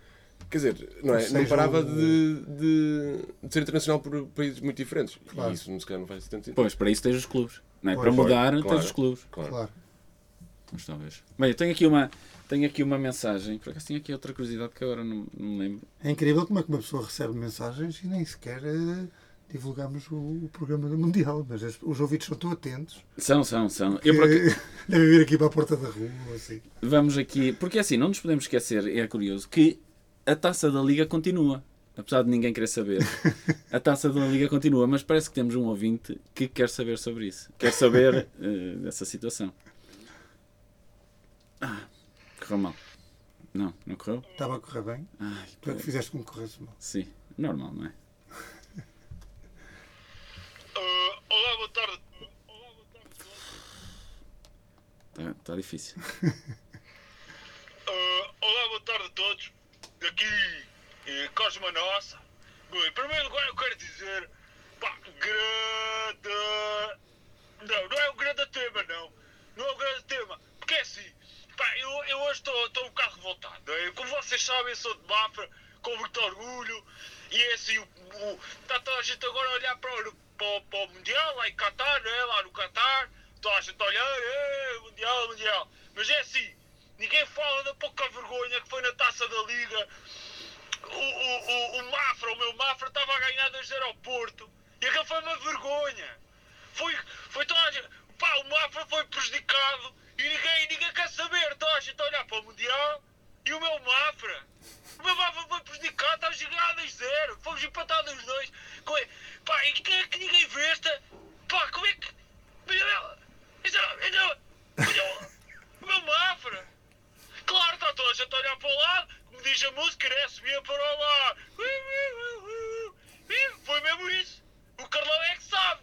Speaker 4: Quer dizer, não, é?
Speaker 2: Seja
Speaker 4: não parava
Speaker 2: o-
Speaker 4: de, de, de ser internacional por países muito diferentes.
Speaker 2: Claro.
Speaker 4: E isso, se calhar, não faz tanto sentido.
Speaker 3: Pois, para isso tens os clubes. Não é?
Speaker 2: Pois,
Speaker 3: para mudar,
Speaker 4: claro.
Speaker 3: tens os clubes.
Speaker 4: Claro.
Speaker 2: Claro.
Speaker 3: Mas talvez. Bem, eu tenho aqui uma, tenho aqui uma mensagem. Por acaso tinha aqui outra curiosidade que agora não, não me lembro.
Speaker 2: É incrível como é que uma pessoa recebe mensagens e nem sequer eh, divulgamos o, o programa do Mundial. Mas as- os ouvidos são tão atentos.
Speaker 3: São, são, são.
Speaker 2: que
Speaker 3: Eu, por acaso-
Speaker 2: Devem vir aqui para a porta da rua ou assim.
Speaker 3: Vamos aqui, porque assim, não nos podemos esquecer, e é curioso, que a taça da Liga continua. Apesar de ninguém querer saber, a taça da Liga continua, mas parece que temos um ouvinte que quer saber sobre isso. Quer saber eh, dessa situação. Ah, correu mal. Não, não correu?
Speaker 2: Estava a correr bem.
Speaker 3: Ai,
Speaker 2: Tu é que fizeste com que corresse mal.
Speaker 3: sim, normal, não é?
Speaker 6: Ah, olá, boa tarde.
Speaker 3: Está Tá, difícil.
Speaker 6: Ah, olá, boa tarde a todos. Daqui, eh, Cosma Nossa. Bom, em primeiro lugar, eu quero dizer: pá, grande. Não, não é um grande tema, não. Não é um grande tema. Porque é assim, pá, eu, eu hoje estou estou um bocado revoltado. não é? Como vocês sabem, eu sou de Mafra, com muito orgulho. E é assim, está toda a gente agora a olhar para, o- para, o- para o Mundial, lá em Qatar, não é? lá no Qatar. Toda a gente a olhar, "Eh, Mundial, Mundial. Mas é assim, ninguém fala da pouca vergonha que foi na taça da Liga o, o, o, o Mafra, o meu Mafra, estava a ganhar dois aeroporto. E aquilo foi uma vergonha. Foi, foi toda a gente- Pá, o Mafra foi prejudicado e ninguém, ninguém quer saber. Toda a gente a olhar para o Mundial e o meu Mafra. O meu Mafra foi prejudicado, estávamos a ganhar 2-0. Fomos empatados os dois. Como é- Pá, e quem é que ninguém vê esta? Pá, como é que. Olha ela! Olha ela! O meu Mafra! Claro, está toda a gente a olhar para o lado, como diz a música, né? Subia para o lado. Ui, ui, ui, ui. E foi mesmo isso. O Carlão é que sabe.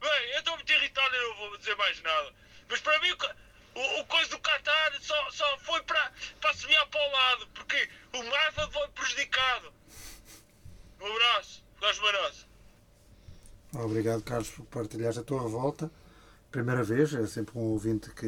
Speaker 6: Bem, eu estou muito irritado, eu não vou dizer mais nada. Mas para mim, o, ca- o, o coisa do Qatar só, só foi para, para subir para o lado, porque o Mafra foi prejudicado. Um abraço, gosto maravilhoso.
Speaker 2: Obrigado, Carlos, por partilhares a tua revolta. Primeira vez, é sempre um ouvinte que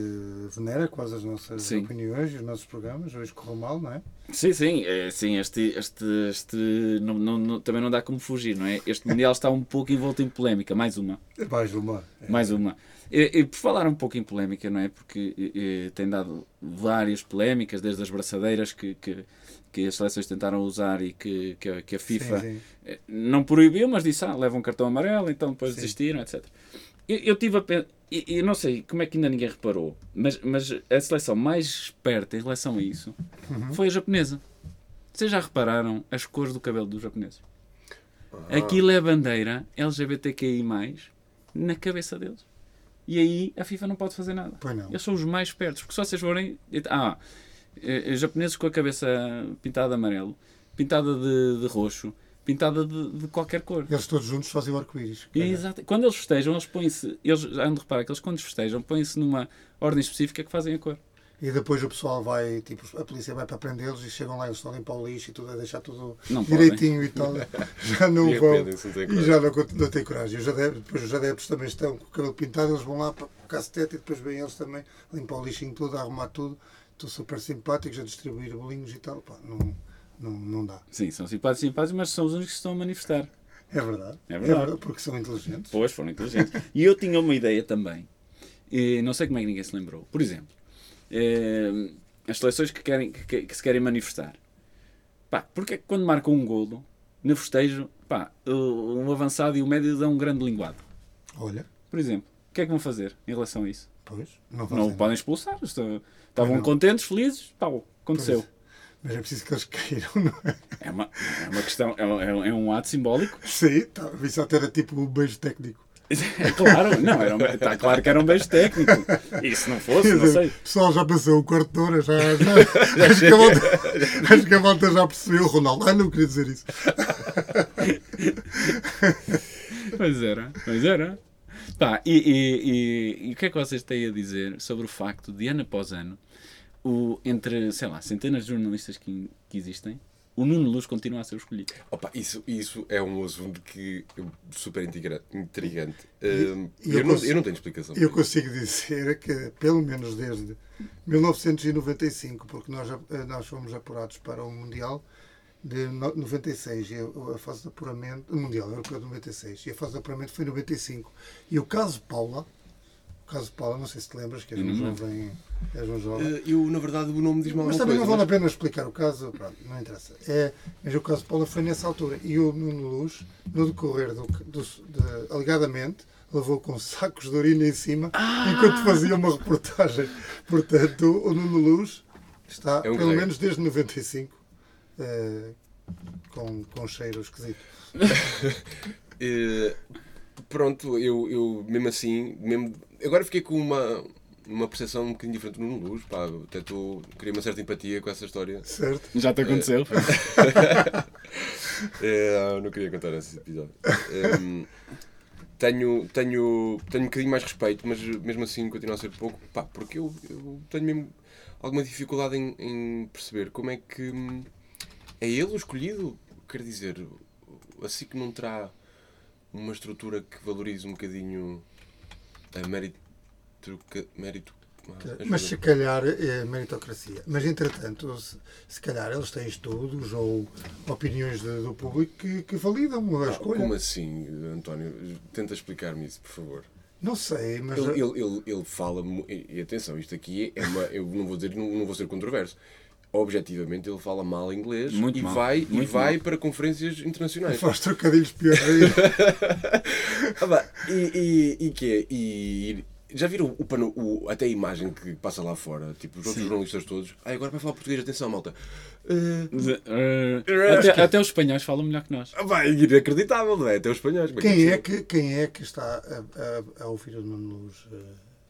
Speaker 2: venera quase as nossas
Speaker 3: Sim.
Speaker 2: opiniões e os nossos programas. Hoje correu mal, não é?
Speaker 3: Sim, sim, é, sim este, este, este não, não- não- também não dá como fugir, não é? Este Mundial está um pouco envolto em polémica, mais uma.
Speaker 2: Mais uma.
Speaker 3: Mais uma. E, e por falar um pouco em polémica, não é? Porque eh, eh, tem dado várias polémicas, desde as braçadeiras que, que, que as seleções tentaram usar e que, que, a- que a FIFA
Speaker 2: Sim, sim.
Speaker 3: eh, não proibiu, mas disse, ah, leva um cartão amarelo, então depois
Speaker 2: Sim.
Speaker 3: desistiram, etc. Eu, eu tive a pensar, e eu não sei como é que ainda ninguém reparou, mas, mas a seleção mais esperta em relação a isso
Speaker 2: Uhum.
Speaker 3: foi a japonesa. Vocês já repararam as cores do cabelo dos japoneses?
Speaker 2: Ah.
Speaker 3: Aquilo é a bandeira LGBTQI+, na cabeça deles. E aí a FIFA não pode fazer nada.
Speaker 2: Pois não.
Speaker 3: Eles são os mais espertos, porque só vocês forem... Ah, eh, japoneses com a cabeça pintada de amarelo, pintada de, de roxo, pintada de, de qualquer cor.
Speaker 2: Eles todos juntos fazem o arco-íris.
Speaker 3: E exato- Quando eles festejam, eles põem-se... Eles, ando reparar que eles quando festejam, põem-se numa ordem específica que fazem a cor.
Speaker 2: E depois o pessoal vai, tipo, a polícia vai para prendê-los e chegam lá e eles estão a limpar o lixo e tudo, a deixar tudo
Speaker 3: Não podem. é
Speaker 2: direitinho e tal. Já não
Speaker 4: E
Speaker 2: vão.
Speaker 4: arrependem-se, não têm
Speaker 2: E
Speaker 4: coragem.
Speaker 2: já não, cont- não têm coragem. Os adeptos, depois os adeptos também estão com o cabelo pintado, eles vão lá para o cacetete e depois vêm eles também limpar o lixinho todo, a arrumar tudo. Estão super simpáticos a distribuir bolinhos e tal. Pá, não, não, não dá.
Speaker 3: Sim, são simpáticos, simpáticos, mas são os únicos que se estão a manifestar.
Speaker 2: É verdade.
Speaker 3: É verdade.
Speaker 2: Porque são inteligentes.
Speaker 3: Pois, foram inteligentes. e eu tinha uma ideia também. E não sei como é que ninguém se lembrou. Por exemplo, eh, as seleções que, querem, que, que se querem manifestar. Pá, porque é que quando marcam um golo, no festejo, pá, o- um avançado e o médio dão um grande linguado.
Speaker 2: Olha,
Speaker 3: Por exemplo, o que é que vão fazer em relação a isso?
Speaker 2: pois, não
Speaker 3: Não
Speaker 2: fazem
Speaker 3: o podem expulsar. Estão- Estavam
Speaker 2: não.
Speaker 3: contentes, felizes, tal, aconteceu.
Speaker 2: nada. Mas é preciso que eles cairam, não é?
Speaker 3: É uma, é uma questão, é, um- é um ato simbólico.
Speaker 2: Sim, tá, isso até era tipo um beijo técnico.
Speaker 3: É claro, não, era um, está claro que era um beijo técnico. E se não fosse, não sei.
Speaker 2: O pessoal já passou o quarto de hora, já, já, acho, que a volta, acho que a volta já percebeu. Ronaldo, ah, não queria dizer isso.
Speaker 3: Pois era, pois era. Pá, e, e- e- e o que é que vocês têm a dizer sobre o facto de ano após ano o, entre, sei lá, centenas de jornalistas que, que existem, o Nuno Luz continua a ser o escolhido.
Speaker 4: Opa, isso, isso é um assunto que super intrigra- intrigante. Hum,
Speaker 2: e
Speaker 4: eu,
Speaker 2: eu
Speaker 4: não,
Speaker 2: consigo-
Speaker 4: eu não tenho explicação.
Speaker 2: Eu consigo dizer que, pelo menos desde 1995, porque nós, eh, nós fomos apurados para o Mundial de no- 96, e a a fase de apuramento, o Mundial Europeu de 96, e a fase de apuramento foi em 95. E o caso Paula, o caso Paula, não sei se te lembras, que és um jovem, és um jovem
Speaker 4: Eh, eu, na verdade, o nome diz mal
Speaker 2: mas
Speaker 4: alguma
Speaker 2: também
Speaker 4: coisa.
Speaker 2: não vale a pena explicar o caso, pronto, não interessa. É, mas o caso de Paula foi nessa altura. E o Nuno Luz, no decorrer do, do- de- alegadamente, levou com sacos de urina em cima
Speaker 4: Ah!
Speaker 2: enquanto fazia uma reportagem. Portanto, o Nuno Luz está,
Speaker 4: É um
Speaker 2: pelo
Speaker 4: rei.
Speaker 2: menos desde 95, eh, com, com um cheiro esquisito.
Speaker 4: Eh, pronto, eu, eu mesmo assim, mesmo, agora fiquei com uma, uma percepção um bocadinho diferente do Nuno Luz, pá, até estou criei uma certa empatia com essa história.
Speaker 2: Certo?
Speaker 3: Já te aconteceu?
Speaker 4: Eh, não queria contar esse episódio. Em, tenho, tenho, tenho um bocadinho mais respeito, mas mesmo assim continua a ser pouco, pá, porque eu, eu tenho mesmo alguma dificuldade em, em perceber como é que hum, é ele o escolhido, quer dizer, assim que não terá uma estrutura que valorize um bocadinho a mérito. mérito ah, ajuda.
Speaker 2: Mas se calhar é meritocracia. Mas entretanto, se, se calhar eles têm estudos ou opiniões de- do público que, que validam a
Speaker 4: Ah,
Speaker 2: escolha.
Speaker 4: como assim, António? Tenta explicar-me isso, por favor.
Speaker 2: Não sei, mas
Speaker 4: Ele, ele, ele, ele fala. mu- E e atenção, isto aqui é uma. Eu não vou dizer, não, não vou ser controverso. Objetivamente, ele fala mal inglês
Speaker 3: Muito
Speaker 4: e
Speaker 3: mal,
Speaker 4: vai, e
Speaker 3: muito
Speaker 4: vai para conferências internacionais.
Speaker 2: faz trocadilhos piores aí.
Speaker 4: Ah, pá, e, e, e que é? E, e já viram o pano, o, até a imagem que passa lá fora? Tipo, os outros jornalistas todos. Ah, agora vai falar português, atenção, malta. Ah,
Speaker 3: De- eh, até, até os espanhóis falam melhor que nós.
Speaker 4: Ah, pá, inacreditável, não é? Até os espanhóis. como
Speaker 2: quem, é
Speaker 4: possível?
Speaker 2: que, quem é que está a, a- a ouvir o Nuno Luz? eh?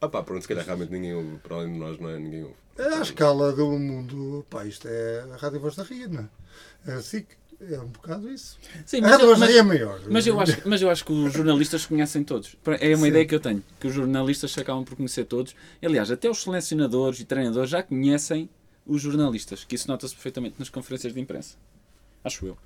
Speaker 4: Ah, pá, pronto, se calhar realmente ninguém ouve. Para além de nós, não é? Ninguém ouve.
Speaker 2: À escala do mundo, pá, isto é a Rádio Voz da Ria, não é? A SIC é um bocado isso.
Speaker 3: Sim,
Speaker 2: a Rádio
Speaker 3: eu-
Speaker 2: Voz da Ria é maior.
Speaker 3: Ah, Mas eu, acho, mas eu acho que os jornalistas conhecem todos. É uma ideia que eu tenho, que os jornalistas se acabam por conhecer todos. Aliás, até os selecionadores e treinadores já conhecem os jornalistas, que isso nota-se perfeitamente nas conferências de imprensa. Acho eu.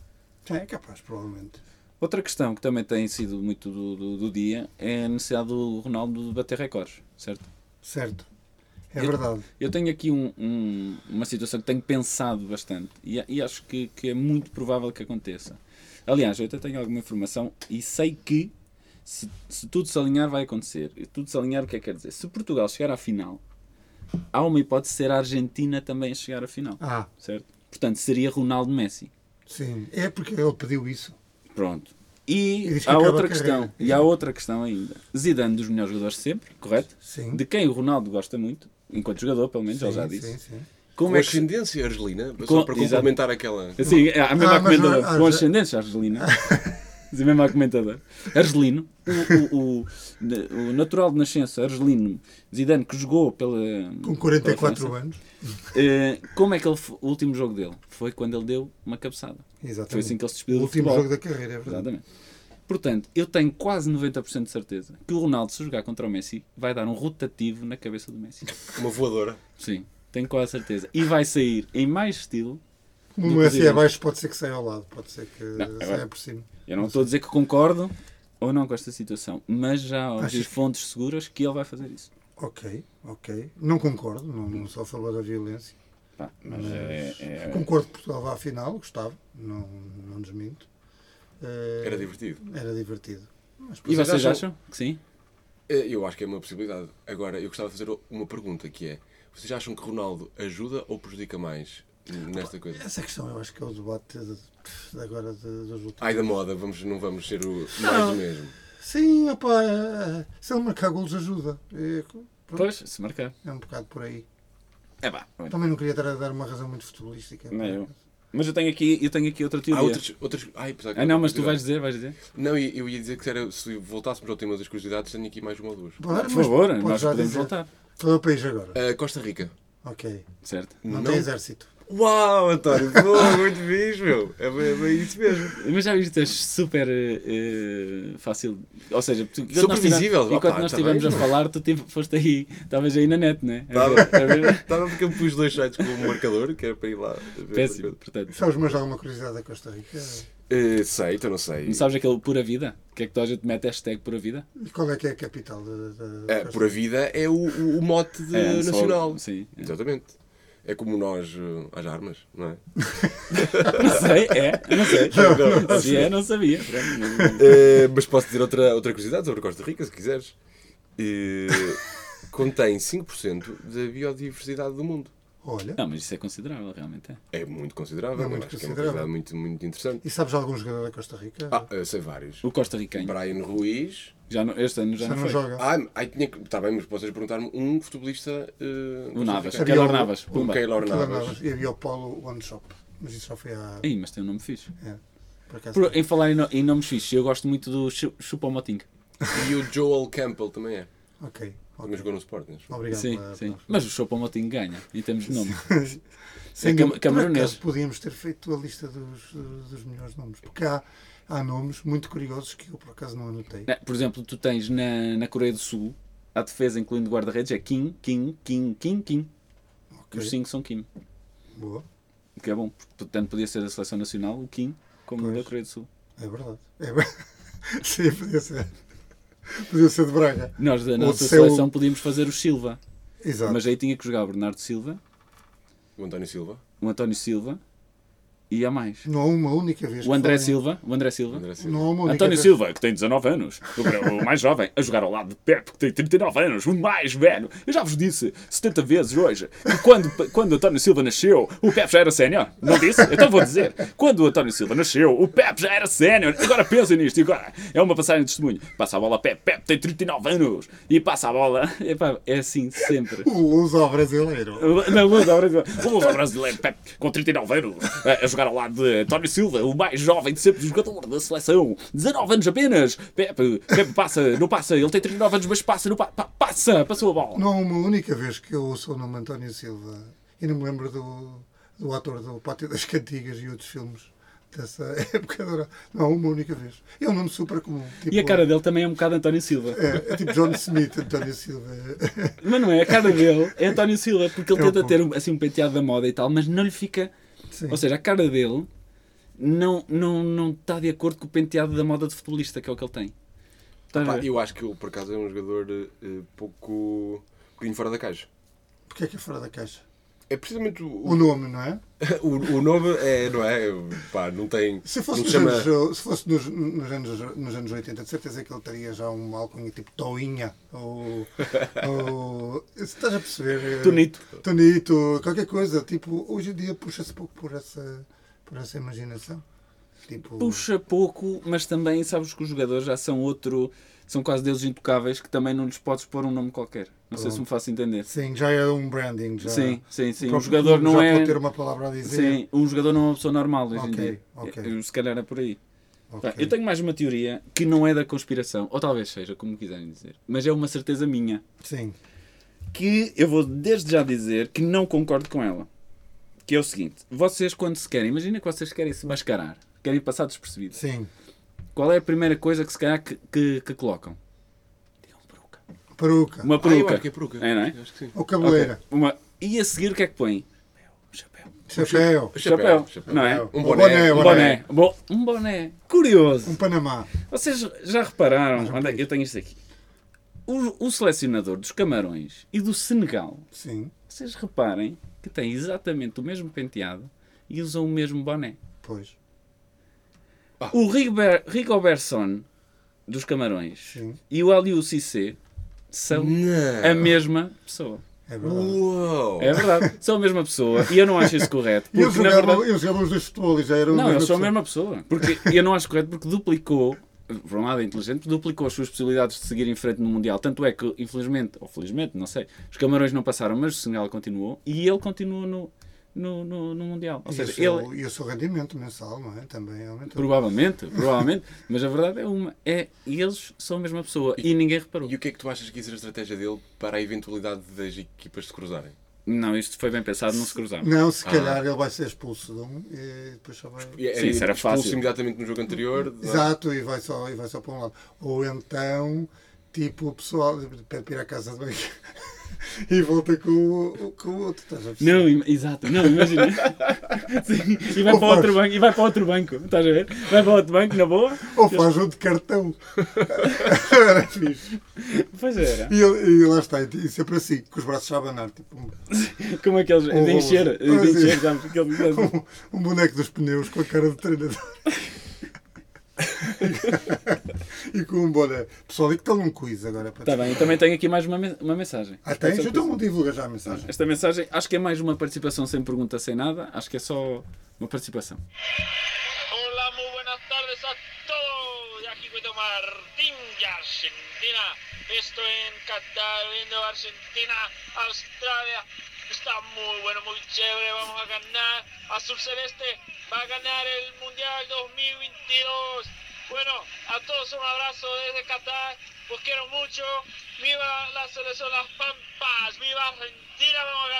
Speaker 2: É capaz, provavelmente.
Speaker 3: Outra questão que também tem sido muito do, do- do dia é a necessidade do Ronaldo de bater recordes, certo?
Speaker 2: Certo. É
Speaker 3: Eu-
Speaker 2: verdade.
Speaker 3: Eu tenho aqui um- um- uma situação que tenho pensado bastante e, e acho que, que é muito provável que aconteça. Aliás, eu até tenho alguma informação e sei que se, se tudo se alinhar vai acontecer. E tudo se alinhar o que é que quer dizer? Se Portugal chegar à final, há uma hipótese de ser a Argentina também a chegar à final,
Speaker 2: Ah,
Speaker 3: certo? Portanto, seria Ronaldo Messi.
Speaker 2: sim. É porque ele pediu isso.
Speaker 3: Pronto.
Speaker 2: E
Speaker 3: E
Speaker 2: diz que acaba
Speaker 3: há
Speaker 2: a
Speaker 3: outra
Speaker 2: carreira.
Speaker 3: questão. E há outra questão ainda. Zidane dos melhores jogadores de sempre, correto?
Speaker 2: Sim.
Speaker 3: De quem o Ronaldo gosta muito, enquanto jogador, pelo menos, ele já
Speaker 2: Sim,
Speaker 3: disse.
Speaker 2: Sim, sim.
Speaker 3: Como
Speaker 4: Com
Speaker 3: é que
Speaker 4: ascendência argelina, só
Speaker 3: Com-
Speaker 4: para
Speaker 3: exato.
Speaker 4: complementar aquela.
Speaker 3: Assim, é a
Speaker 2: Ah,
Speaker 3: mesma
Speaker 2: mas
Speaker 3: comentador.
Speaker 2: não- ah,
Speaker 3: com
Speaker 2: já-
Speaker 3: ascendência argelina. Diz a mesma argumentador. Argelino. O, o- o- o natural de nascença argelino Zidane, que jogou pela.
Speaker 2: Com
Speaker 3: pela
Speaker 2: 44
Speaker 3: França,
Speaker 2: anos.
Speaker 3: eh, como é que ele. f- O último jogo dele foi quando ele deu uma cabeçada.
Speaker 2: Exatamente.
Speaker 3: Foi assim que ele se despediu
Speaker 2: O
Speaker 3: do
Speaker 2: último
Speaker 3: futebol.
Speaker 2: jogo da carreira, é verdade.
Speaker 3: Exatamente. Portanto, eu tenho quase 90% de certeza que o Ronaldo, se jogar contra o Messi, vai dar um rotativo na cabeça do Messi.
Speaker 4: Uma voadora.
Speaker 3: Sim, tenho quase certeza. E vai sair em mais estilo.
Speaker 2: Como
Speaker 3: Do
Speaker 2: o Messi é
Speaker 3: Presidente.
Speaker 2: abaixo, pode ser que saia ao lado, pode ser que
Speaker 3: agora-
Speaker 2: saia por cima.
Speaker 3: Eu não estou a dizer que concordo ou não com esta situação, mas já ouvi
Speaker 2: Achas-
Speaker 3: fontes seguras que ele vai fazer isso.
Speaker 2: Ok, ok. Não concordo, não, não sou a favor da violência.
Speaker 3: Pá, mas é, é-
Speaker 2: Concordo que Portugal vá à final, gostava, não, não desminto. Eh,
Speaker 4: Era divertido.
Speaker 2: Era divertido. Mas,
Speaker 3: E
Speaker 4: Vocês
Speaker 3: vocês
Speaker 4: acham-
Speaker 3: acham que sim?
Speaker 4: Eh, Eu acho que é uma possibilidade. Agora, eu gostava de fazer uma pergunta que é: vocês acham que Ronaldo ajuda ou prejudica mais nesta coisa?
Speaker 2: essa questão eu acho que é o debate de, de agora de- dos últimos.
Speaker 4: Ai da moda, vamos, não vamos ser o mais
Speaker 2: Não.
Speaker 4: o mesmo.
Speaker 2: Sim, opa, eh, se ele marcar golos ajuda. É, pronto,
Speaker 3: Pois, se marcar.
Speaker 2: é um bocado por aí.
Speaker 3: É pá. olha.
Speaker 2: Também não queria estar a dar uma razão muito futebolística.
Speaker 3: Não, eu- Mas eu tenho aqui, eu tenho aqui outra teoria.
Speaker 4: Há outras. outras... Ai, apesar que
Speaker 3: Ah não, mas tu vais dizer, vais dizer.
Speaker 4: Não, e- eu ia dizer que se era- se voltássemos ao tema das curiosidades, tenho aqui mais uma ou duas.
Speaker 2: Pode-
Speaker 3: Por
Speaker 2: Ah, mas
Speaker 3: favor,
Speaker 2: pode
Speaker 3: nós
Speaker 2: já
Speaker 3: podemos
Speaker 2: dizer.
Speaker 3: voltar.
Speaker 2: Qual é o país agora?
Speaker 4: Ah, Costa Rica.
Speaker 2: Ok.
Speaker 3: Certo.
Speaker 2: Não,
Speaker 4: Não.
Speaker 2: tem exército.
Speaker 4: Uau, António, boa, muito fixe, meu. É bem, é bem isso mesmo.
Speaker 3: Mas já viste, é super eh, fácil. Ou seja, tu,
Speaker 4: Super
Speaker 3: nós tivemos-
Speaker 4: visível,
Speaker 3: Enquanto
Speaker 4: opá,
Speaker 3: nós
Speaker 4: tá bem,
Speaker 3: estivemos a
Speaker 4: não é? Tá
Speaker 3: falar, tu tive- foste aí, estavas aí na net, né? A ver-
Speaker 4: Estava-
Speaker 3: a ver-
Speaker 4: Estava porque eu pus dois sites como marcador, que era para ir lá. ver
Speaker 3: Péssimo,
Speaker 4: outra coisa.
Speaker 3: portanto.
Speaker 2: Sabes mais alguma curiosidade da Costa Rica?
Speaker 4: Eh, sei, então não sei.
Speaker 3: Não sabes aquele pura vida? Que é que toda a gente mete hashtag pura vida?
Speaker 2: E qual é que é a capital da, da- da
Speaker 4: Eh,
Speaker 2: Costa
Speaker 4: por a
Speaker 2: Rica?
Speaker 4: vida é o, o- o mote de
Speaker 3: É, só-
Speaker 4: nacional.
Speaker 3: sim, é.
Speaker 4: Exatamente. É como nós, eh, às armas, não é?
Speaker 3: Não sei, é, não sei.
Speaker 4: Não.
Speaker 3: Se é, não sabia. Pronto.
Speaker 4: Eh, mas posso dizer outra, outra curiosidade sobre a Costa Rica, se quiseres. Eh, contém 5% da biodiversidade do mundo.
Speaker 2: Olha.
Speaker 3: Não, mas isso é considerável, realmente é.
Speaker 4: É muito considerável,
Speaker 2: É
Speaker 4: eu
Speaker 2: muito
Speaker 4: acho que é uma
Speaker 2: considerável.
Speaker 4: curiosidade muito, muito interessante.
Speaker 2: E sabes algum jogador da Costa Rica?
Speaker 4: Ah, eh, sei vários.
Speaker 3: O Costa Ricanho.
Speaker 4: Brian Ruiz.
Speaker 3: Já não- este ano já
Speaker 2: Já
Speaker 3: não,
Speaker 2: não
Speaker 3: foi.
Speaker 2: joga.
Speaker 4: Ah, ai, tinha que. Está bem, mas vocês perguntaram-me um futebolista. eh,
Speaker 3: O Navas.
Speaker 4: costarricano.
Speaker 2: Havia
Speaker 3: Keylor
Speaker 2: o-
Speaker 3: Navas.
Speaker 4: O
Speaker 3: Pumba.
Speaker 4: um Keylor
Speaker 2: Aquilo andava-
Speaker 4: Navas.
Speaker 2: E havia o Paulo One Shop. Mas isso já foi há.
Speaker 3: Ih, mas tem um nome fixe.
Speaker 2: É, por acaso.
Speaker 3: Por- em falar em, no- em nomes fixes, eu gosto muito do Chu- Chupa o Moting.
Speaker 4: E o Joel Campbell também é.
Speaker 2: Ok. ok.
Speaker 4: Também jogou no Sporting. acho.
Speaker 2: Obrigado.
Speaker 3: Sim,
Speaker 2: pela-
Speaker 3: sim.
Speaker 2: pela-
Speaker 3: Mas o Chupa o Moting ganha, em termos de nome.
Speaker 2: Sim,
Speaker 3: cam-
Speaker 2: por
Speaker 3: camerunês.
Speaker 2: acaso podíamos ter feito a lista dos, dos melhores nomes. Porque há, há nomes muito curiosos que eu por acaso não anotei.
Speaker 3: Não, Eh, Por exemplo, tu tens na, na Coreia do Sul, a defesa, incluindo guarda-redes, é Kim, Kim, Kim, Kim, Kim.
Speaker 2: Ok.
Speaker 3: Os cinco são Kim.
Speaker 2: Boa.
Speaker 3: O que é bom. Portanto, podia ser da seleção nacional, o Kim, como
Speaker 2: Pois.
Speaker 3: da Coreia do Sul.
Speaker 2: É verdade. É ver- Sim, podia ser. Podia ser de Braga.
Speaker 3: Nós, da
Speaker 2: Ou
Speaker 3: nossa
Speaker 2: de seu-
Speaker 3: seleção, podíamos fazer o Silva.
Speaker 2: Exato.
Speaker 3: Mas aí tinha que jogar o Bernardo Silva,
Speaker 4: O António Silva.
Speaker 3: o António Silva e há mais.
Speaker 2: Não há uma única vez.
Speaker 3: O André
Speaker 2: que falem-
Speaker 3: Silva, o André Silva.
Speaker 4: André Silva.
Speaker 2: Não há uma única
Speaker 3: António
Speaker 2: vez-
Speaker 3: Silva, que tem 19 anos, o o mais jovem, a jogar ao lado de Pepe, que tem 39 anos, o mais velho. Eu já vos disse 70 vezes hoje que quando, quando António Silva nasceu, o Pepe já era sénior. Não disse? Então vou dizer. Quando o António Silva nasceu, o Pepe já era sénior. Agora pensem nisto. E agora é uma passagem de testemunho. Passa a bola a Pepe, Pepe tem 39 anos. E passa a bola. Epá, é assim sempre.
Speaker 2: O Luso ao brasileiro.
Speaker 3: Na Lusa Brasileira. O Lusa Brasileiro, Pep, com 39 anos, eh, a a jogar ao lado de António Silva, o mais jovem de sempre jogador da seleção. 19 anos apenas. Pep, Pep passa, não passa. Ele tem 39 anos, mas passa, não pa- pa- passa. Passou a bola.
Speaker 2: Não há uma única vez que eu ouço o nome António Silva e não me lembro do, do ator do Pátio das Cantigas e outros filmes dessa época. dourada. Não há uma única vez. É um nome super comum. Tipo,
Speaker 3: E a cara dele também é um bocado António Silva.
Speaker 2: É, é tipo John Smith, António Silva.
Speaker 3: Mas não é, a cara dele é António Silva, porque ele
Speaker 2: É o
Speaker 3: tenta
Speaker 2: ponto.
Speaker 3: ter um- assim um penteado da moda e tal, mas não lhe fica.
Speaker 2: Sim.
Speaker 3: Ou seja, a cara dele não, não, não está de acordo com o penteado da moda de futebolista, que é o que ele tem. Estás a
Speaker 4: Pá,
Speaker 3: ver?
Speaker 4: eu acho que ele, por acaso, é um jogador eh, pouco. um bocadinho fora da caixa.
Speaker 2: Porquê é que é fora da caixa?
Speaker 4: É precisamente o,
Speaker 2: O nome, não é?
Speaker 4: o, o nome, é, não é? Pá, não tem.
Speaker 2: Se fosse,
Speaker 4: não
Speaker 2: nos,
Speaker 4: se chama-
Speaker 2: anos, se fosse nos, nos anos, nos anos 80, de certeza que ele teria já um alcunha tipo Toinha ou. ou se estás a perceber? eh,
Speaker 3: Tonito.
Speaker 2: Tonito, qualquer coisa. Tipo, hoje em dia puxa-se pouco por essa, por essa imaginação. Tipo,
Speaker 3: puxa pouco, mas também sabes que os jogadores já são outro, são quase deuses intocáveis que também não lhes podes pôr um nome qualquer. Não sei se me faço entender.
Speaker 2: Sim, já é um branding. Já,
Speaker 3: Sim, sim, sim.
Speaker 2: o
Speaker 3: Um
Speaker 2: próprio
Speaker 3: jogador
Speaker 2: clube
Speaker 3: não
Speaker 2: já
Speaker 3: é.
Speaker 2: pode ter uma palavra a dizer.
Speaker 3: Sim, um jogador não é uma pessoa normal hoje em
Speaker 2: Ok,
Speaker 3: dia.
Speaker 2: ok.
Speaker 3: Eu, se calhar é por aí.
Speaker 2: Ok.
Speaker 3: Pá, Tá, Eu tenho mais uma teoria que não é da conspiração, ou talvez seja, como quiserem dizer, mas é uma certeza minha
Speaker 2: Sim.
Speaker 3: que eu vou desde já dizer que não concordo com ela. Que é o seguinte: vocês, quando se querem, imagina que vocês querem se mascarar, querem passar despercebidos.
Speaker 2: Sim.
Speaker 3: Qual é a primeira coisa que se calhar que, que, que colocam? Digam peruca.
Speaker 2: Peruca.
Speaker 3: Uma
Speaker 4: Ah, eu
Speaker 3: peruca.
Speaker 4: acho que é peruca. é.
Speaker 3: É, não é?
Speaker 4: Eu Acho que sim.
Speaker 2: Ou cabeleira.
Speaker 3: Ok. Uma... E a seguir o que é que põem? Chapéu.
Speaker 2: Chapéu.
Speaker 3: Chapéu.
Speaker 4: chapéu.
Speaker 3: Não é?
Speaker 2: Ou
Speaker 4: Um boné,
Speaker 3: Um boné. Bo- Um boné. Curioso.
Speaker 2: Um Panamá.
Speaker 3: Vocês já
Speaker 4: um
Speaker 3: repararam? Onde é que- Eu tenho isto aqui. O, o selecionador dos Camarões e do Senegal,
Speaker 2: Sim.
Speaker 3: vocês reparem que tem exatamente o mesmo penteado e usam o mesmo boné.
Speaker 2: Pois.
Speaker 4: Ah.
Speaker 3: O Rigober- Rigobertson dos Camarões
Speaker 2: Sim.
Speaker 3: e o Aliou Cissé são
Speaker 4: Não.
Speaker 3: a mesma pessoa.
Speaker 2: É
Speaker 4: Uh,
Speaker 2: verdade.
Speaker 4: Uau!
Speaker 3: É verdade, são a mesma pessoa e eu não acho isso correto.
Speaker 2: E eles
Speaker 3: Porque, na
Speaker 2: jogavam,
Speaker 3: verdade-
Speaker 2: eles jogavam os dois futebol e já eram
Speaker 3: Não,
Speaker 2: a
Speaker 3: eles
Speaker 2: mesma
Speaker 3: são a mesma pessoa. Porque eu não acho correto porque duplicou, por um lado é inteligente, duplicou as suas possibilidades de seguir em frente no Mundial. Tanto é que, infelizmente, ou felizmente, não sei, os Camarões não passaram, mas o Senegal continuou e ele continua no, no, no, no Mundial. Ou
Speaker 2: E o
Speaker 3: seja,
Speaker 2: seu-
Speaker 3: ele.
Speaker 2: E o seu rendimento mensal, não é? Também aumentou.
Speaker 3: Provavelmente, provavelmente, mas a verdade é uma, é eles são a mesma pessoa e, ninguém reparou.
Speaker 4: E o que é que tu achas que ia ser a estratégia dele para a eventualidade das equipas se cruzarem?
Speaker 3: Não, isto foi bem pensado, não se cruzámos.
Speaker 2: Não, se calhar ele vai ser expulso de um e depois só vai.
Speaker 4: E-
Speaker 3: Sim, isso era
Speaker 4: expulso
Speaker 3: fácil.
Speaker 4: imediatamente no jogo anterior. dá-
Speaker 2: Exato, e vai, só, e vai só para um lado. Ou então, tipo, o pessoal pede para ir à casa de banho e volta com o, com o outro. Estás a perceber?
Speaker 3: Não, im- exato, não, imagina. Sim, e vai
Speaker 2: Ou
Speaker 3: para outro
Speaker 2: faz.
Speaker 3: banco, e vai para outro banco, estás a ver? Vai para outro banco, na boa.
Speaker 2: Ou faz um de cartão. Era fixe.
Speaker 3: Pois era.
Speaker 2: E, ele- e lá está, e sempre assim, com os braços a abanar, tipo um,
Speaker 3: Como aqueles.
Speaker 2: Ou-
Speaker 3: De encher, de
Speaker 2: ou-
Speaker 3: encher, sabes? Aqueles,
Speaker 2: um boneco dos pneus com a cara de treinador. e com um boné. Pessoal, e que tal um quiz agora? Para
Speaker 3: Está Tá bem, também tenho aqui mais uma, men- uma mensagem.
Speaker 2: Ah, tens? Então não divulga já a mensagem.
Speaker 3: Esta mensagem, acho que é mais uma participação sem pergunta, sem nada. Acho que é só uma participação.
Speaker 6: Hola, muy buenas tardes a todos. De Aquí Cueto Martín de Argentina. Estoy en Qatar viendo a Argentina, Australia. Está muy bueno, muy chévere. Vamos a ganar. Azul Celeste va a ganar el Mundial 2022. Bueno, a todos un abrazo desde Qatar. Los quiero mucho. Viva la selección Las Pampas. Viva Argentina. Vamos a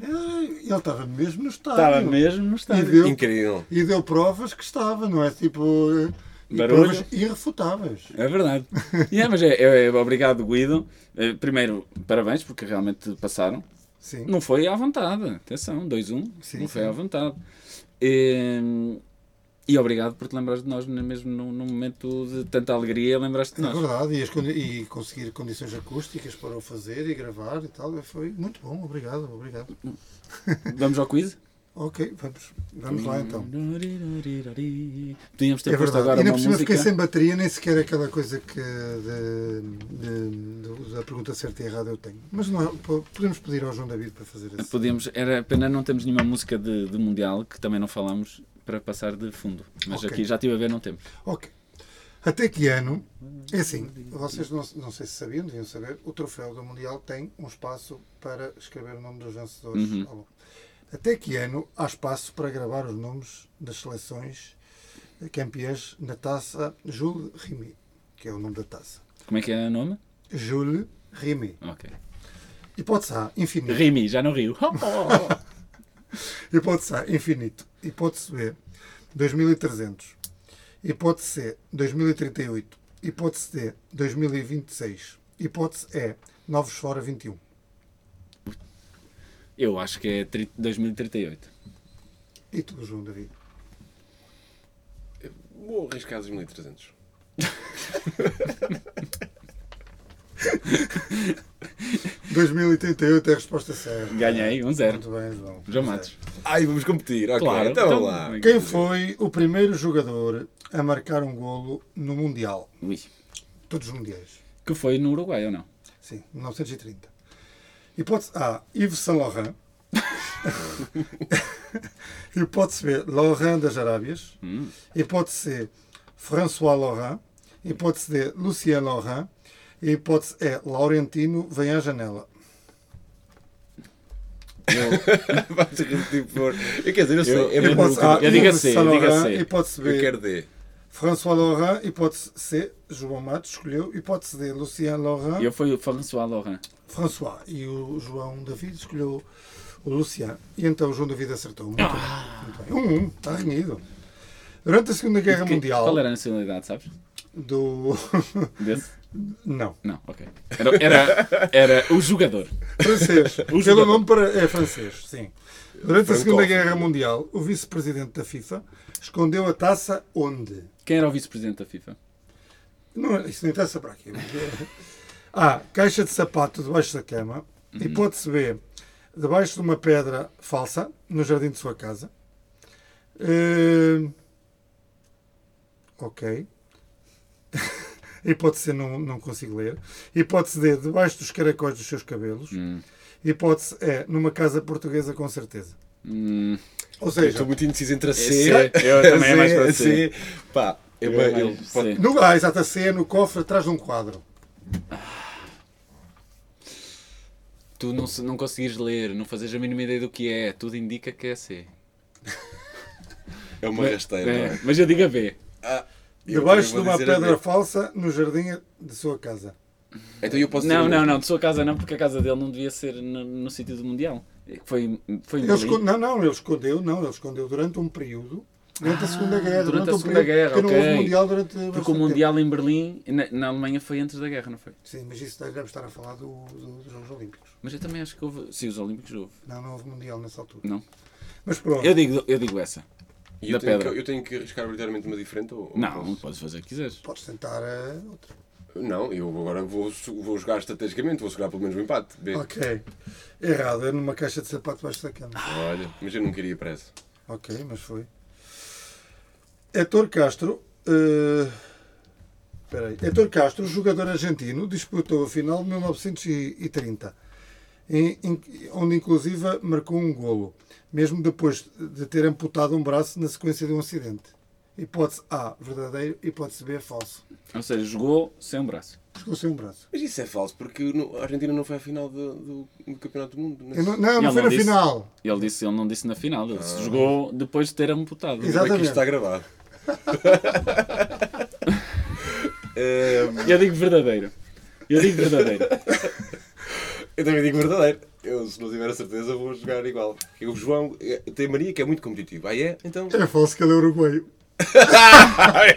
Speaker 6: ganar.
Speaker 2: Ah, Ele estava mesmo no estádio. Tá.
Speaker 3: Estava mesmo
Speaker 2: Ah,
Speaker 3: no
Speaker 2: E
Speaker 3: estádio.
Speaker 2: deu,
Speaker 4: Incrível.
Speaker 2: e deu provas que estava, não é? Tipo. eh, e
Speaker 3: Barulho.
Speaker 2: provas irrefutáveis.
Speaker 3: É verdade. Yeah, mas é, é- é- obrigado, Guido. Eh, Primeiro, parabéns, porque realmente passaram.
Speaker 2: Sim.
Speaker 3: Não foi à vontade. Atenção, 2-1.
Speaker 2: Sim,
Speaker 3: não foi
Speaker 2: sim.
Speaker 3: à vontade. E, e obrigado por te lembrares de nós, né, mesmo num, num momento de tanta alegria, lembraste de
Speaker 2: É
Speaker 3: nós.
Speaker 2: verdade, e, as condi- e conseguir condições acústicas para o fazer e gravar e tal, foi muito bom, obrigado, obrigado.
Speaker 3: Vamos ao quiz?
Speaker 2: Ok, vamos, vamos lá então.
Speaker 3: Podíamos ter
Speaker 2: É
Speaker 3: posto
Speaker 2: verdade.
Speaker 3: agora
Speaker 2: Ainda
Speaker 3: uma
Speaker 2: por cima
Speaker 3: música.
Speaker 2: fiquei sem bateria, nem sequer aquela coisa que de- de- do- da pergunta certa e errada eu tenho. Mas não, é- po- podemos pedir ao João David para fazer isso.
Speaker 3: Podíamos, era pena não termos nenhuma música de, de Mundial, que também não falámos, para passar de fundo. Mas
Speaker 2: Ok.
Speaker 3: aqui já estive a ver, não temos.
Speaker 2: Ok. Até que ano? É assim, vocês não, não sei se sabiam, deviam saber, o troféu do Mundial tem um espaço para escrever o nome dos vencedores.
Speaker 3: Uhum.
Speaker 2: ao longo. Até que ano há espaço para gravar os nomes das seleções campeãs na taça Jules Rimet, que é o nome da taça.
Speaker 3: Como é que é o nome?
Speaker 2: Jules Rimet.
Speaker 3: Ok.
Speaker 2: Hipótese A, infinito.
Speaker 3: Rimi, já não riu.
Speaker 2: Hipótese A, infinito. Hipótese B, 2300. Hipótese C, 2038. Hipótese D, 2026. Hipótese E, novos fora 21.
Speaker 3: Eu acho que é tri- 2038.
Speaker 2: E tu, João David?
Speaker 4: Vou arriscar 2300.
Speaker 2: oito é a resposta certa.
Speaker 3: Ganhei, 1-0.
Speaker 2: Muito bem, João.
Speaker 3: João Matos.
Speaker 4: Ai, vamos competir. Ok,
Speaker 3: Claro,
Speaker 4: então
Speaker 3: então-
Speaker 4: vamos lá.
Speaker 2: Quem foi o primeiro jogador a marcar um golo no Mundial?
Speaker 3: Ui.
Speaker 2: Todos os Mundiais.
Speaker 3: Que foi no Uruguai ou não?
Speaker 2: Sim, 1930. Hipótese A, Yves Saint Laurent. Hipótese B, Laurent das Arábias.
Speaker 3: Hum.
Speaker 2: Hipótese C, François Laurent. Hipótese D, Lucien Laurent. E hipótese E, Laurentino vem à janela.
Speaker 4: Vamos repetir, por favor. Eu quero dizer, eu sei.
Speaker 3: eu-
Speaker 4: é
Speaker 3: Ah,
Speaker 4: mesmo
Speaker 2: Hipótese
Speaker 4: o
Speaker 2: A,
Speaker 4: que eu-
Speaker 3: eu digo
Speaker 2: Yves
Speaker 3: C,
Speaker 2: Saint
Speaker 3: eu digo
Speaker 2: Laurent.
Speaker 3: C.
Speaker 2: Hipótese
Speaker 4: eu
Speaker 2: B,
Speaker 4: quero D.
Speaker 2: François Laurent. Hipótese C, João Matos escolheu. Hipótese D, Lucien Laurent.
Speaker 3: Eu fui o François Laurent.
Speaker 2: François. E o João David escolheu o Luciano. E então o João David acertou. Muito bem.
Speaker 3: Ah.
Speaker 2: Muito bem. Um, um, está renhido. Durante a Segunda Guerra
Speaker 3: Que-
Speaker 2: É Mundial
Speaker 3: Qual era a nacionalidade, sabes?
Speaker 2: do.
Speaker 3: Desse?
Speaker 2: Não.
Speaker 3: Não, ok. Era, era, era o jogador.
Speaker 2: Francês. Pelo
Speaker 3: jogador.
Speaker 2: nome para... é francês, sim. Durante a Segunda
Speaker 4: Francófono.
Speaker 2: Guerra Mundial, o vice-presidente da FIFA escondeu a taça onde?
Speaker 3: Quem era o vice-presidente da FIFA?
Speaker 2: Não, isso não interessa para aqui. A. Caixa de sapato debaixo da cama. Hipótese B. Debaixo de uma pedra falsa, no jardim de sua casa. Eh, ok. Hipótese C, não, não consigo ler. Hipótese D, debaixo dos caracóis dos seus cabelos. Hipótese E, numa casa portuguesa com certeza.
Speaker 3: Hum,
Speaker 2: Ou
Speaker 4: Eu
Speaker 2: seja,
Speaker 4: estou muito indeciso entre a C.
Speaker 3: C. Eu também é mais para
Speaker 4: a
Speaker 3: C.
Speaker 4: C. Pá, é
Speaker 3: eu-
Speaker 4: bem-
Speaker 3: eu-
Speaker 4: ele pode-
Speaker 3: sim.
Speaker 2: no, ah, exato, a C é no cofre atrás de um quadro.
Speaker 3: Tu não, se- não conseguires ler, não fazes a mínima ideia do que é, tudo indica que é C.
Speaker 4: é uma rasteira.
Speaker 3: É,
Speaker 4: não é?
Speaker 3: mas eu digo a B.
Speaker 4: Ah, eu
Speaker 2: Debaixo de
Speaker 4: também
Speaker 2: uma
Speaker 4: vou dizer a
Speaker 2: pedra
Speaker 4: B.
Speaker 2: falsa no jardim de sua casa.
Speaker 4: Então eu posso
Speaker 3: Não,
Speaker 4: ser-
Speaker 3: não, não, de sua casa não, porque a casa dele não devia ser no, no sítio do Mundial. É Foi, foi em
Speaker 2: Ele
Speaker 3: Berlim.
Speaker 2: esco- Não, não, ele escondeu, não, ele escondeu durante um período, durante a Segunda Guerra.
Speaker 3: Ah, durante a
Speaker 2: um
Speaker 3: Segunda
Speaker 2: período,
Speaker 3: Guerra,
Speaker 2: porque não
Speaker 3: ok.
Speaker 2: houve Mundial durante
Speaker 3: Porque o
Speaker 2: bastante
Speaker 3: Mundial em Berlim, na, na Alemanha, foi antes da guerra, não foi?
Speaker 2: tempo. Sim, mas isso devemos estar a falar do- do- dos Jogos Olímpicos.
Speaker 3: Mas eu também acho que houve. Sim, os Olímpicos houve.
Speaker 2: Não, não houve Mundial nessa altura.
Speaker 3: Não.
Speaker 2: Mas pronto,
Speaker 3: Eu digo, eu digo essa.
Speaker 4: E eu
Speaker 3: Da
Speaker 4: tenho, que,
Speaker 3: pedra.
Speaker 4: eu tenho que arriscar arbitrariamente uma diferente? Ou, ou
Speaker 3: Não,
Speaker 4: posso?
Speaker 3: podes fazer o que quiseres.
Speaker 2: podes tentar a outra.
Speaker 4: Não, eu agora vou, su- vou jogar estrategicamente, vou segurar pelo menos o empate. Vê.
Speaker 2: Ok. Errado, é numa caixa de sapato debaixo da cama.
Speaker 4: Olha, mas eu não queria para essa.
Speaker 2: Ok, mas foi. Héctor Castro. eh, Espera aí. Héctor Castro, jogador argentino, disputou a final de 1930, em- em- onde inclusive marcou um golo, mesmo depois de ter amputado um braço na sequência de um acidente. Hipótese A, verdadeiro, hipótese B, falso.
Speaker 3: Ou seja, jogou sem um braço.
Speaker 2: Ficou sem um braço.
Speaker 4: Mas isso é falso, porque não- a Argentina não foi à final do, do- do Campeonato do Mundo. né?
Speaker 2: Eu não, não,
Speaker 3: Ele
Speaker 2: não foi na
Speaker 3: não disse.
Speaker 2: É final.
Speaker 3: Ele, disse, ele não disse na final, ele
Speaker 4: Ah.
Speaker 3: disse, jogou depois de ter amputado.
Speaker 4: Como é que
Speaker 2: exatamente.
Speaker 4: isto está gravado? Ehm,
Speaker 3: Eu digo verdadeiro. Eu digo verdadeiro.
Speaker 4: eu também digo verdadeiro. Eu, se não tiver a certeza, vou jogar igual. E o João eh, tem mania que é muito competitivo. Aí é? Então.
Speaker 2: É falso que ele é uruguaio.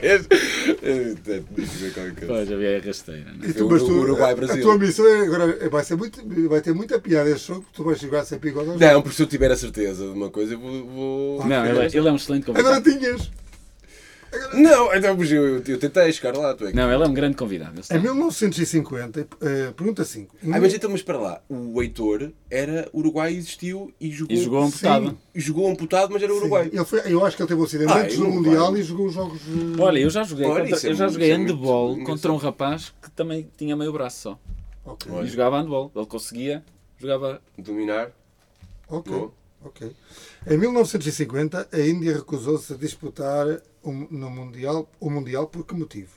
Speaker 4: é, é, difícil qualquer coisa.
Speaker 3: Pois, havia a rasteira, não é?
Speaker 2: E tu,
Speaker 4: O
Speaker 2: mas tu-
Speaker 4: Uruguai,
Speaker 2: a-
Speaker 4: Brasil.
Speaker 2: A tua missão é agora vai, ser muito, vai ter muita piada este jogo, tu vais jogar sem bigode aos
Speaker 4: Não, porque se eu tiver a certeza de uma coisa, eu vou. vou-
Speaker 3: Não, ele, é- ele é um excelente
Speaker 2: Agora
Speaker 3: convidado.
Speaker 2: tinhas.
Speaker 4: Não, então, mas eu, eu tentei chegar lá, tu é que.
Speaker 3: Não, ele é um grande convidado. ele
Speaker 2: Em
Speaker 3: sabe.
Speaker 2: 1950, eh, pergunta 5.
Speaker 4: Ah, mas então, mas para lá, o Heitor era Uruguai, existiu e jogou.
Speaker 3: E jogou um amputado.
Speaker 4: e jogou amputado, mas era Uruguai.
Speaker 2: Ele foi, eu acho que ele teve um acidente
Speaker 4: Ah,
Speaker 2: antes
Speaker 4: eu
Speaker 2: do
Speaker 4: não
Speaker 2: Mundial
Speaker 4: vai.
Speaker 2: e jogou os jogos. eh,
Speaker 3: Olha, eu já joguei,
Speaker 4: Olha,
Speaker 3: contra,
Speaker 4: isso é
Speaker 3: eu já
Speaker 4: muito-
Speaker 3: joguei
Speaker 4: isso é muito
Speaker 3: handball
Speaker 4: engraçado.
Speaker 3: contra um rapaz que também tinha meio braço só.
Speaker 2: ok.
Speaker 4: Olha.
Speaker 3: E jogava handball. Ele conseguia, jogava.
Speaker 4: Dominar.
Speaker 2: Ok.
Speaker 4: Boa.
Speaker 2: ok. Em 1950, a Índia recusou-se a disputar o, no mundial, o Mundial por que motivo?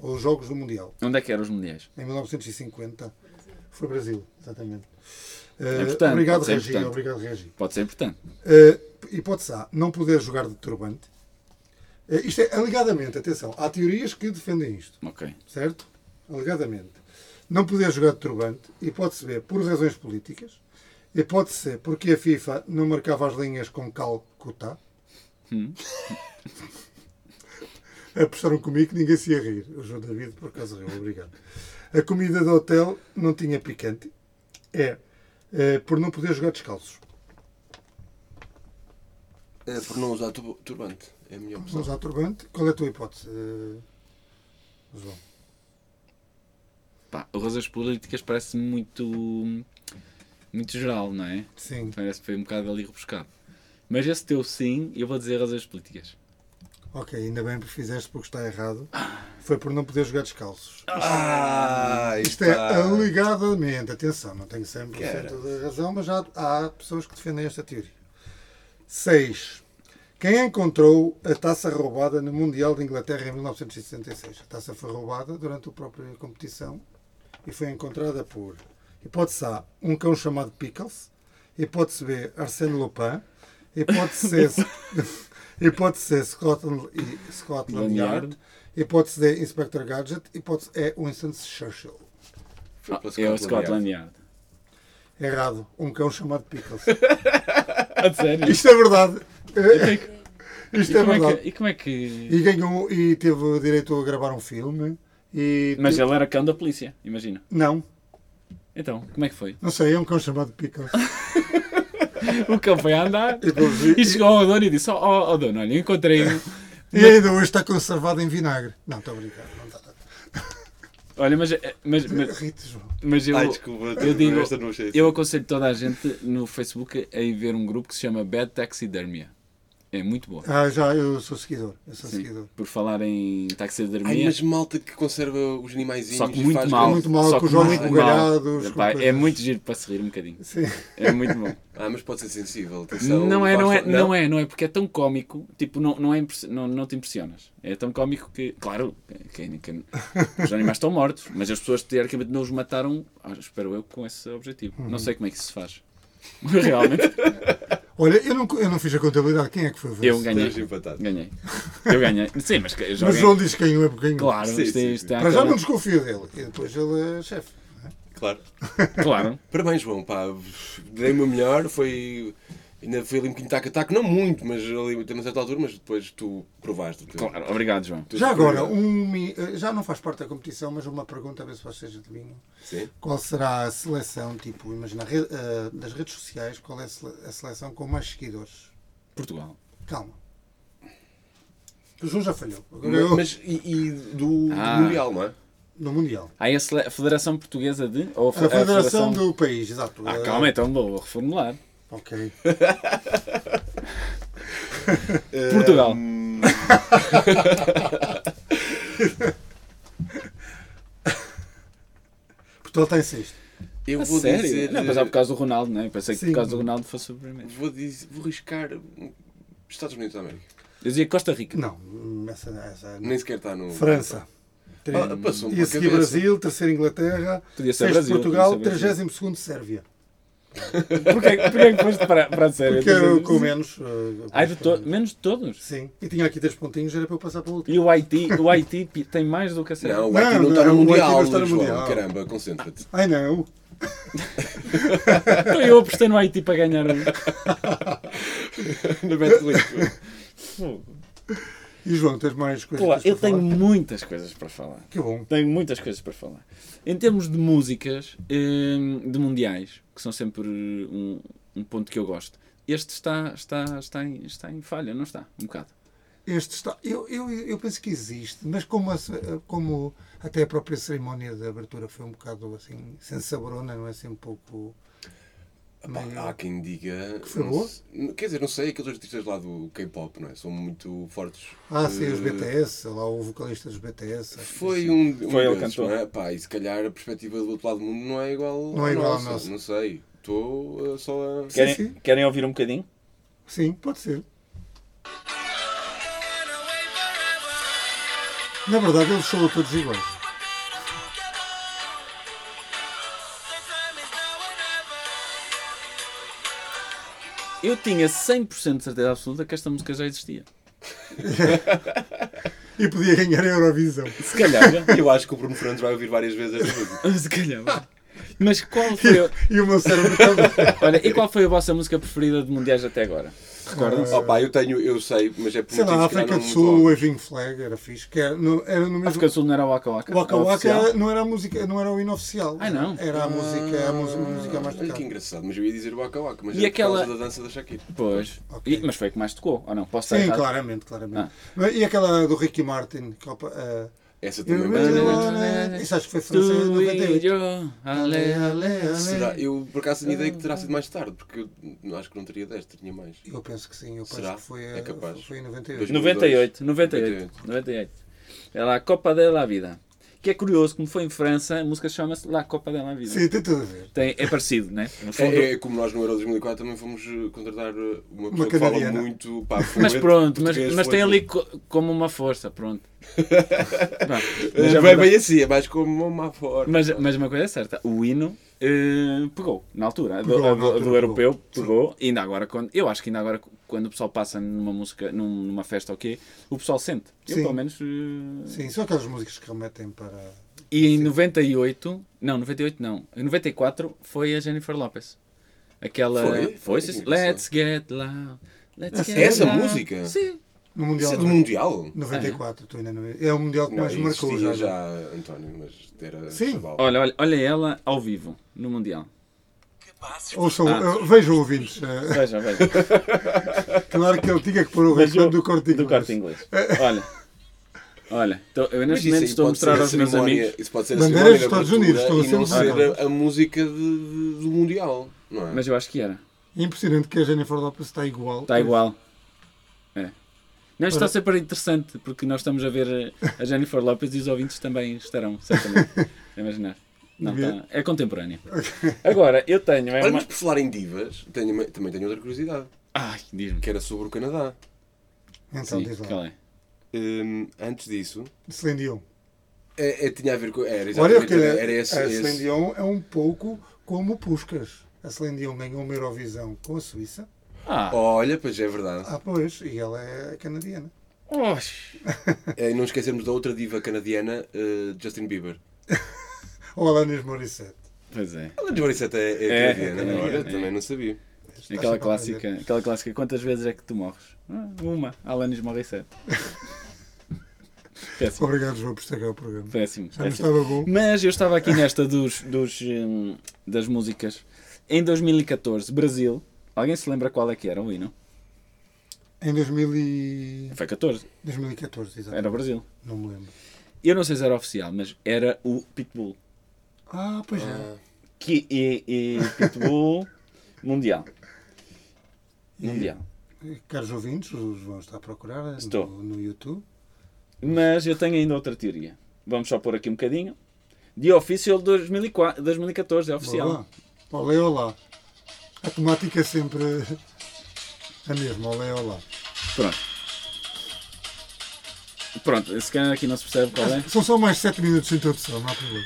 Speaker 2: Ou os Jogos do Mundial.
Speaker 3: Onde é que eram os mundiais?
Speaker 2: Em 1950. Foi Brasil, exatamente.
Speaker 4: É
Speaker 2: Eh,
Speaker 3: importante,
Speaker 2: obrigado,
Speaker 3: pode ser
Speaker 2: Regi.
Speaker 3: importante.
Speaker 2: Obrigado, Regi.
Speaker 3: Pode ser importante.
Speaker 2: Eh, hipótese A, não poder jogar de turbante. Eh, isto é alegadamente, atenção, há teorias que defendem isto,
Speaker 3: Ok.
Speaker 2: certo? Alegadamente. Não poder jogar de turbante, hipótese B, por razões políticas. Hipótese C, porque a FIFA não marcava as linhas com Calcutá. Apostaram comigo que ninguém se ia rir. O João David, por acaso, riu. Obrigado. A comida do hotel não tinha picante. É, eh, por não poder jogar descalços.
Speaker 4: É, por não usar tu- turbante. É a minha opção.
Speaker 2: Vamos usar turbante. Qual é a tua hipótese, eh, João?
Speaker 3: Pá, o razões políticas parece muito. muito geral, não é?
Speaker 2: Sim.
Speaker 3: Parece que foi um bocado ali rebuscado. Mas esse teu sim, eu vou dizer razões políticas.
Speaker 2: Ok, ainda bem que fizeste porque está errado. Foi por não poder jogar descalços.
Speaker 4: Ah,
Speaker 2: Isto é alegadamente. Atenção, não tenho 100%
Speaker 4: Cara.
Speaker 2: da razão, mas já há pessoas que defendem esta teoria. 6. Quem encontrou a taça roubada no Mundial de Inglaterra em 1966? A taça foi roubada durante a própria competição e foi encontrada por hipótese A, um cão chamado Pickles, hipótese B, Arsène Lupin, hipótese C, hipótese C Scotland, e- Scotland Yard,
Speaker 3: Yard.
Speaker 2: hipótese D, Inspector Gadget, hipótese E, Winston Churchill.
Speaker 4: Foi
Speaker 3: Ah,
Speaker 4: pela
Speaker 3: é o
Speaker 4: Scotland
Speaker 3: Scotland
Speaker 4: Yard.
Speaker 3: Yard.
Speaker 2: Errado, um cão chamado Pickles.
Speaker 3: A Ah, sério?
Speaker 2: Isto é verdade. Isto
Speaker 3: E
Speaker 2: é
Speaker 3: como é
Speaker 2: verdade.
Speaker 3: que- e como é que.
Speaker 2: E ganhou e teve direito a gravar um filme. E
Speaker 3: Mas ele era cão da polícia, imagina.
Speaker 2: Não,
Speaker 3: Então, como é que foi?
Speaker 2: não sei, é um cão chamado Pickles.
Speaker 3: O cão foi a andar
Speaker 4: Tipo,
Speaker 2: depois vi-
Speaker 3: e chegou ao dono e disse: Ó oh, dono, olha, encontrei.
Speaker 2: E ainda hoje está conservado em vinagre. Não, estou a brincar. Não está.
Speaker 3: Olha, mas, mas, mas,
Speaker 2: Rito, João.
Speaker 3: mas eu,
Speaker 4: Ai, desculpa,
Speaker 3: eu digo,
Speaker 4: esta não achei. assim.
Speaker 3: eu aconselho toda a gente no Facebook a ir ver um grupo que se chama Bad Taxidermia. É muito bom.
Speaker 2: Ah, já, eu sou seguidor. Eu sou seguidor.
Speaker 3: Por falar em
Speaker 4: Ai,
Speaker 3: taxidermia,
Speaker 4: mas malta que conserva os animaizinhos.
Speaker 3: só que
Speaker 4: e
Speaker 3: muito
Speaker 4: faz
Speaker 3: mal.
Speaker 4: coisas-
Speaker 2: muito mal, com
Speaker 3: só que
Speaker 2: os olhos
Speaker 3: muito mal.
Speaker 2: bugalhados, com
Speaker 3: Epá, é
Speaker 2: coisas-
Speaker 3: muito giro para se rir um bocadinho.
Speaker 2: Sim.
Speaker 3: É muito bom.
Speaker 4: Ah, mas pode ser sensível. Atenção,
Speaker 3: Não é, não é,
Speaker 4: basta-
Speaker 3: não é, não é, porque é tão cómico, tipo, não, não, é impress- não, não te impressionas. É tão cómico que, claro, que- que- os animais estão mortos, mas as pessoas teoricamente não os mataram, ah, espero eu, com esse objetivo. Não sei como é que isso se faz. Realmente.
Speaker 2: Olha, eu não, eu não fiz a contabilidade. Quem é que foi o
Speaker 3: Eu
Speaker 2: vencedor?
Speaker 3: ganhei.
Speaker 4: Estamos empatados.
Speaker 3: Ganhei. Eu ganhei. Sim, mas que-
Speaker 2: Mas
Speaker 3: joguei.
Speaker 2: João diz quem é porque quem não.
Speaker 3: Claro,
Speaker 4: Sim,
Speaker 3: isto, é-
Speaker 4: sim,
Speaker 3: isto é
Speaker 2: Para já
Speaker 3: aquela-
Speaker 2: não desconfio dele. E depois ele é chefe.
Speaker 4: Claro.
Speaker 3: Claro.
Speaker 4: Parabéns, João, pá. Dei o meu melhor, foi. Ainda foi ali um quinto tac-tac, não muito, mas ali até uma certa altura, mas depois tu provaste. o teu-
Speaker 3: Claro. Obrigado, João.
Speaker 4: tu-
Speaker 2: Já agora, um, mi- eh, já não faz parte da competição, mas uma pergunta a ver se vocês adivinham.
Speaker 4: Sim.
Speaker 2: Qual será a seleção, tipo, imagina, re- eh, das redes sociais, qual é a sele- a seleção com mais seguidores?
Speaker 3: Portugal.
Speaker 2: Calma. O João já falhou. Agora
Speaker 4: Mas,
Speaker 2: eu-
Speaker 4: mas e, e do, do
Speaker 3: Ah.
Speaker 4: Mundial, não é?
Speaker 2: no Mundial.
Speaker 3: Há a sele- a Federação Portuguesa de. Ou
Speaker 2: A federação do país, exato.
Speaker 3: Ah,
Speaker 2: Eh,
Speaker 3: calma, então vou reformular.
Speaker 2: Ok.
Speaker 3: Portugal.
Speaker 2: Portugal está em sexto.
Speaker 4: Eu
Speaker 3: A
Speaker 4: vou
Speaker 3: sério?
Speaker 4: dizer.
Speaker 3: Não, mas é por causa do Ronaldo, não é? Eu Pensei que
Speaker 2: Sim.
Speaker 3: por causa do Ronaldo fosse o primeiro.
Speaker 4: Vou, dizer, vou riscar Estados Unidos da América.
Speaker 3: Eu dizia Costa Rica.
Speaker 2: Não, hum, essa, essa
Speaker 4: Nem sequer está no.
Speaker 2: França.
Speaker 4: Ah, passou-me
Speaker 2: E a
Speaker 4: pela
Speaker 2: seguir
Speaker 4: cabeça.
Speaker 2: Brasil, terceiro Inglaterra,
Speaker 3: Podia ser
Speaker 2: sexto
Speaker 3: Brasil,
Speaker 2: Portugal,
Speaker 3: podia ser Brasil.
Speaker 2: 32 Sérvia.
Speaker 3: Porquê, porquê que foste para, para a série?
Speaker 2: Porque eu com menos. eh,
Speaker 3: Ai, de to- menos de todos?
Speaker 2: Sim. E tinha aqui três pontinhos, era para eu passar para o último.
Speaker 3: E o Haiti, o Haiti pi- tem mais do que a série.
Speaker 4: Não, o
Speaker 2: Não,
Speaker 4: Haiti não está
Speaker 2: não,
Speaker 4: no
Speaker 2: o Haiti
Speaker 4: Mundial.
Speaker 2: não está no
Speaker 4: João.
Speaker 2: Mundial.
Speaker 4: Caramba, concentra-te.
Speaker 2: Ai não.
Speaker 3: Então eu apostei no Haiti para ganhar. o-
Speaker 4: Na Betclic.
Speaker 2: E João, tens mais coisas?
Speaker 3: Pô,
Speaker 2: que
Speaker 3: eu
Speaker 2: tens para
Speaker 3: tenho
Speaker 2: falar?
Speaker 3: muitas coisas para falar.
Speaker 2: Que bom.
Speaker 3: Tenho muitas coisas para falar. Em termos de músicas, hum, de mundiais, que são sempre um, um ponto que eu gosto, este está, está, está, em, está em falha, não está? Um bocado.
Speaker 2: Este está. Eu, eu, eu penso que existe, mas como, a ce- como até a própria cerimónia de abertura foi um bocado assim, sem saborona, não é assim um pouco. meio-
Speaker 4: Há quem diga.
Speaker 2: foi
Speaker 4: não
Speaker 2: boa?
Speaker 4: se- Quer dizer, não sei, aqueles artistas lá do K-pop, não é? São muito fortes.
Speaker 2: Ah, sim, os
Speaker 4: Eh,
Speaker 2: BTS, lá o vocalista dos BTS.
Speaker 4: Foi um, um
Speaker 3: Foi ele
Speaker 4: desses,
Speaker 3: cantor.
Speaker 4: não é? Pá, e se calhar a perspectiva do outro lado do mundo não é igual
Speaker 2: Não é
Speaker 4: à
Speaker 2: igual à
Speaker 4: nossa.
Speaker 2: nossa.
Speaker 4: Não sei. Estou só a...
Speaker 3: Querem,
Speaker 2: sim.
Speaker 3: querem ouvir um bocadinho?
Speaker 2: Sim, pode ser. Na verdade, eles são todos iguais.
Speaker 3: Eu tinha 100% de certeza absoluta que esta música já existia.
Speaker 2: E podia ganhar a Eurovisão.
Speaker 3: Se calhar, já.
Speaker 4: É, Eu acho que o Bruno Fernandes vai ouvir várias vezes esta música.
Speaker 3: se calhar. já. Mas qual foi, a-
Speaker 2: E o meu cérebro também.
Speaker 3: olha, e qual foi a vossa música preferida de mundiais até agora? Recordam-se?
Speaker 4: Oh, pá, eu tenho, eu sei, mas é por
Speaker 2: Sei lá,
Speaker 4: motivos que já
Speaker 2: África
Speaker 4: não
Speaker 2: do
Speaker 4: me
Speaker 2: Sul,
Speaker 4: tocam.
Speaker 2: o Waving Flag, era fixe. Que era, no, era no mesmo.
Speaker 3: África do Sul não era o Waka Waka?
Speaker 2: O Waka
Speaker 3: Era
Speaker 2: Waka
Speaker 3: oficial?
Speaker 2: não era a música, não era o hino oficial.
Speaker 3: Ah, não?
Speaker 2: Era a música, é a música, a música mais
Speaker 4: Olha que
Speaker 2: tocada.
Speaker 4: engraçado, mas eu ia dizer o Waka Waka, mas
Speaker 3: E
Speaker 4: é por
Speaker 3: aquela-
Speaker 4: causa da dança da Shakira.
Speaker 3: Pois.
Speaker 2: Ok.
Speaker 3: E- mas foi a que mais tocou, ou não? Posso estar
Speaker 2: Sim,
Speaker 3: errado?
Speaker 2: claramente,
Speaker 3: Ah.
Speaker 2: claramente. E aquela do Ricky Martin, que, opa, eh,
Speaker 4: Essa
Speaker 2: You
Speaker 4: também é
Speaker 2: really
Speaker 4: mas-
Speaker 2: wanna- Isso acho que foi França em
Speaker 3: Tu e
Speaker 2: 98.
Speaker 3: eu, ale, ale.
Speaker 4: Será? Eu por acaso tinha ideia que
Speaker 3: Ah.
Speaker 4: terá sido mais tarde, porque eu n- acho que não teria 10, teria mais.
Speaker 2: Eu penso que sim, eu penso
Speaker 4: Será?
Speaker 2: que foi,
Speaker 4: É
Speaker 2: eh,
Speaker 4: capaz.
Speaker 2: foi em
Speaker 4: Dois
Speaker 2: 98.
Speaker 3: 98,
Speaker 4: mil- 98.
Speaker 3: 98, 98. É lá a Copa da Vida. Que é curioso, como foi em França, a música chama-se La Copa da Vida.
Speaker 2: Sim, tem tudo a ver.
Speaker 3: Tem, é parecido, né? No fundo.
Speaker 4: É, é como nós no Euro 2004 também fomos eh, contratar eh, uma pessoa que fala
Speaker 2: canadiana.
Speaker 4: muito. Pá,
Speaker 3: Mas
Speaker 4: fluente,
Speaker 3: pronto, mas,
Speaker 4: português,
Speaker 3: mas tem ali
Speaker 4: fluente.
Speaker 3: co- como uma força, pronto. Vá,
Speaker 4: Eh,
Speaker 3: mas, é
Speaker 4: não é
Speaker 3: verdade.
Speaker 4: bem assim, é mais como uma forma.
Speaker 3: mas, mas uma coisa é certa, o hino eh, pegou, na altura, a do,
Speaker 2: Pegou,
Speaker 3: a
Speaker 2: na
Speaker 3: do- a
Speaker 2: altura
Speaker 3: do
Speaker 2: pegou.
Speaker 3: europeu pegou, e ainda agora, quando, eu acho que ainda agora quando o pessoal passa numa música, num- numa festa ou quê, o pessoal sente. Eu
Speaker 2: Sim.
Speaker 3: pelo menos eh,
Speaker 2: Sim, são aquelas músicas que remetem para.
Speaker 3: E em 98, não, 98 não, em 94 foi a Jennifer Lopez. Aquela.
Speaker 4: Foi?
Speaker 3: sim, sim.
Speaker 4: Engraçado.
Speaker 3: Let's get loud. Let's get
Speaker 4: Essa
Speaker 3: loud.
Speaker 4: música?
Speaker 3: Sim.
Speaker 2: No
Speaker 4: Isso
Speaker 2: Mundial
Speaker 4: é
Speaker 2: de
Speaker 4: do Mundial?
Speaker 2: 94, estou ainda no. É o Mundial que
Speaker 4: Não,
Speaker 2: mais marcou
Speaker 4: existia
Speaker 2: já.
Speaker 4: já, António, mas era
Speaker 2: Sim.
Speaker 4: chaval.
Speaker 3: Olha, olha, olha ela ao vivo, no Mundial.
Speaker 2: Ouçam,
Speaker 4: Ah.
Speaker 2: eh, vejam ouvintes. eh,
Speaker 3: Veja, veja.
Speaker 2: claro que ele tinha que pôr o
Speaker 3: Veja
Speaker 2: refrão do corte
Speaker 3: Do
Speaker 2: inglês.
Speaker 3: corte inglês. Olha. Olha, tô- eu
Speaker 4: Mas
Speaker 3: neste
Speaker 4: isso
Speaker 3: momento
Speaker 4: aí
Speaker 3: estou a
Speaker 4: pode ser
Speaker 3: mostrar aos meus
Speaker 4: cerimónia-
Speaker 3: amigos.
Speaker 4: Isso pode ser a
Speaker 2: Bandeiras
Speaker 4: cerimónia de
Speaker 2: dos Estados
Speaker 4: abertura
Speaker 2: Unidos,
Speaker 4: e
Speaker 2: estão
Speaker 4: não
Speaker 2: a ser
Speaker 4: ser
Speaker 2: mostradas.
Speaker 4: a, a música de- de- do Mundial, não é?
Speaker 3: Mas eu acho que era.
Speaker 2: É Impressionante que a Jennifer Lopez está igual.
Speaker 3: Está igual. É. Não, isto está sempre interessante, porque nós estamos a ver eh, a a Jennifer Lopez e os ouvintes também estarão, certamente, a imaginar. Não,
Speaker 2: Devia-
Speaker 3: tá- é contemporânea. Agora, eu tenho. É
Speaker 4: Olha,
Speaker 3: uma...
Speaker 4: mas por falar em divas, tenho uma- também tenho outra curiosidade,
Speaker 3: Ai, diz-me.
Speaker 4: que era sobre o Canadá.
Speaker 2: Então
Speaker 3: Sim,
Speaker 2: diz lá.
Speaker 3: qual é?
Speaker 4: Hum, antes disso,
Speaker 2: Celine Dion.
Speaker 4: é, é- tinha a ver com. Era
Speaker 2: Olha, eu
Speaker 4: exatamente.
Speaker 2: quero-
Speaker 4: era esse.
Speaker 2: a
Speaker 4: esse-
Speaker 2: Celine Dion é um pouco como o Puskas. A Celine Dion ganhou uma Eurovisão com a Suíça
Speaker 3: Ah,
Speaker 4: Olha, pois é verdade.
Speaker 2: Ah, pois, e ela é canadiana.
Speaker 3: oxe.
Speaker 4: É, e não esquecermos da outra diva canadiana, eh, Justin Bieber.
Speaker 2: Ou Alanis Morissette.
Speaker 3: Pois é.
Speaker 4: Ela de Morissette é, é
Speaker 3: É,
Speaker 4: canadiana,
Speaker 3: é
Speaker 4: não é? Olha,
Speaker 3: canadiana,
Speaker 4: também não sabia.
Speaker 2: Está sempre
Speaker 3: Aquela
Speaker 2: a
Speaker 3: clássica,
Speaker 2: aprender.
Speaker 3: aquela clássica, quantas vezes é que tu morres? Ah, uma, Alanis Morissette. Péssimo,
Speaker 2: Obrigado, João, por estragar o programa.
Speaker 3: péssimo,
Speaker 2: Já não
Speaker 3: péssimo.
Speaker 2: estava bom.
Speaker 3: assim. Mas eu estava aqui nesta dos, dos, hum, das músicas. Em 2014, Brasil. Alguém se lembra qual é que era o hino?
Speaker 2: Em 2000 e-
Speaker 3: Foi 14,
Speaker 2: 2014, exato.
Speaker 3: era o Brasil.
Speaker 2: Não me lembro.
Speaker 3: Eu não sei se era oficial, mas era o Pitbull.
Speaker 2: Ah, pois é.
Speaker 3: Que, e, e Pitbull Mundial. Mundial.
Speaker 2: Caros ouvintes, o João está a procurar
Speaker 3: Estou.
Speaker 2: No, no YouTube.
Speaker 3: Mas eu tenho ainda outra teoria. Vamos só pôr aqui um bocadinho. The Official 2004, 2014, é oficial.
Speaker 2: Olá. Olé, olá. A temática é sempre a mesma. Olé, olá.
Speaker 3: Pronto. Pronto, esse cara aqui não se percebe qual é.
Speaker 2: São só mais 7 minutos de introdução, não há problema.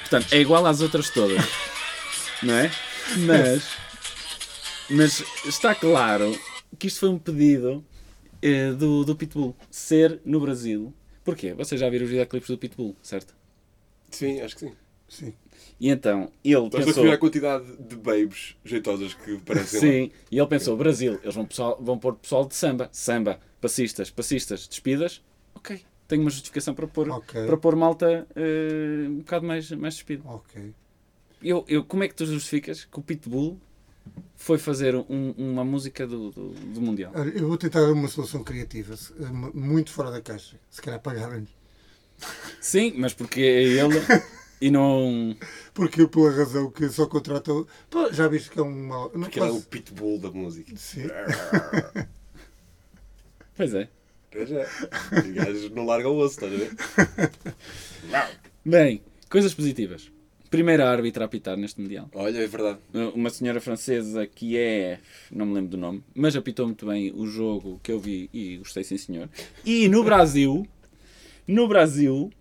Speaker 3: Portanto, é igual às outras todas. Não é? Mas, mas está claro que isto foi um pedido eh, do, do Pitbull ser no Brasil. Porquê? Vocês já viram os videoclipes do Pitbull, certo?
Speaker 4: Sim, acho que sim.
Speaker 2: Sim.
Speaker 3: E então ele
Speaker 4: Estás a
Speaker 3: pensou.
Speaker 4: ver a quantidade de babes jeitosas que parecem lá.
Speaker 3: Sim, e ele pensou: Brasil, eles vão, pessoal, vão pôr pessoal de samba, samba, passistas, passistas, despidas. Ok, tenho uma justificação para pôr,
Speaker 2: Ok.
Speaker 3: para pôr malta eh, um bocado mais, mais despida.
Speaker 2: Ok.
Speaker 3: Eu, eu- como é que tu justificas que o Pitbull foi fazer um- uma música do, do, do Mundial?
Speaker 2: Olha, Eu vou tentar uma solução criativa, se- eh, mu- muito fora da caixa. Se calhar pagaram-lhe.
Speaker 3: Sim, mas porque é ele e não.
Speaker 2: Porque eu, pela razão que só contrata. o- Pô, já viste que é um mal. Não
Speaker 4: Que era o
Speaker 2: posso...
Speaker 4: pitbull da música.
Speaker 2: Sim.
Speaker 3: Pois é.
Speaker 4: Pois é. Os gajos não largam o osso, estás a ver?
Speaker 3: Bem, coisas positivas. Primeira árbitra a apitar neste Mundial.
Speaker 4: Olha, é verdade.
Speaker 3: Eh, Uma senhora francesa que é. não me lembro do nome, mas apitou muito bem o jogo que eu vi e gostei, sim senhor. E no Brasil, no Brasil,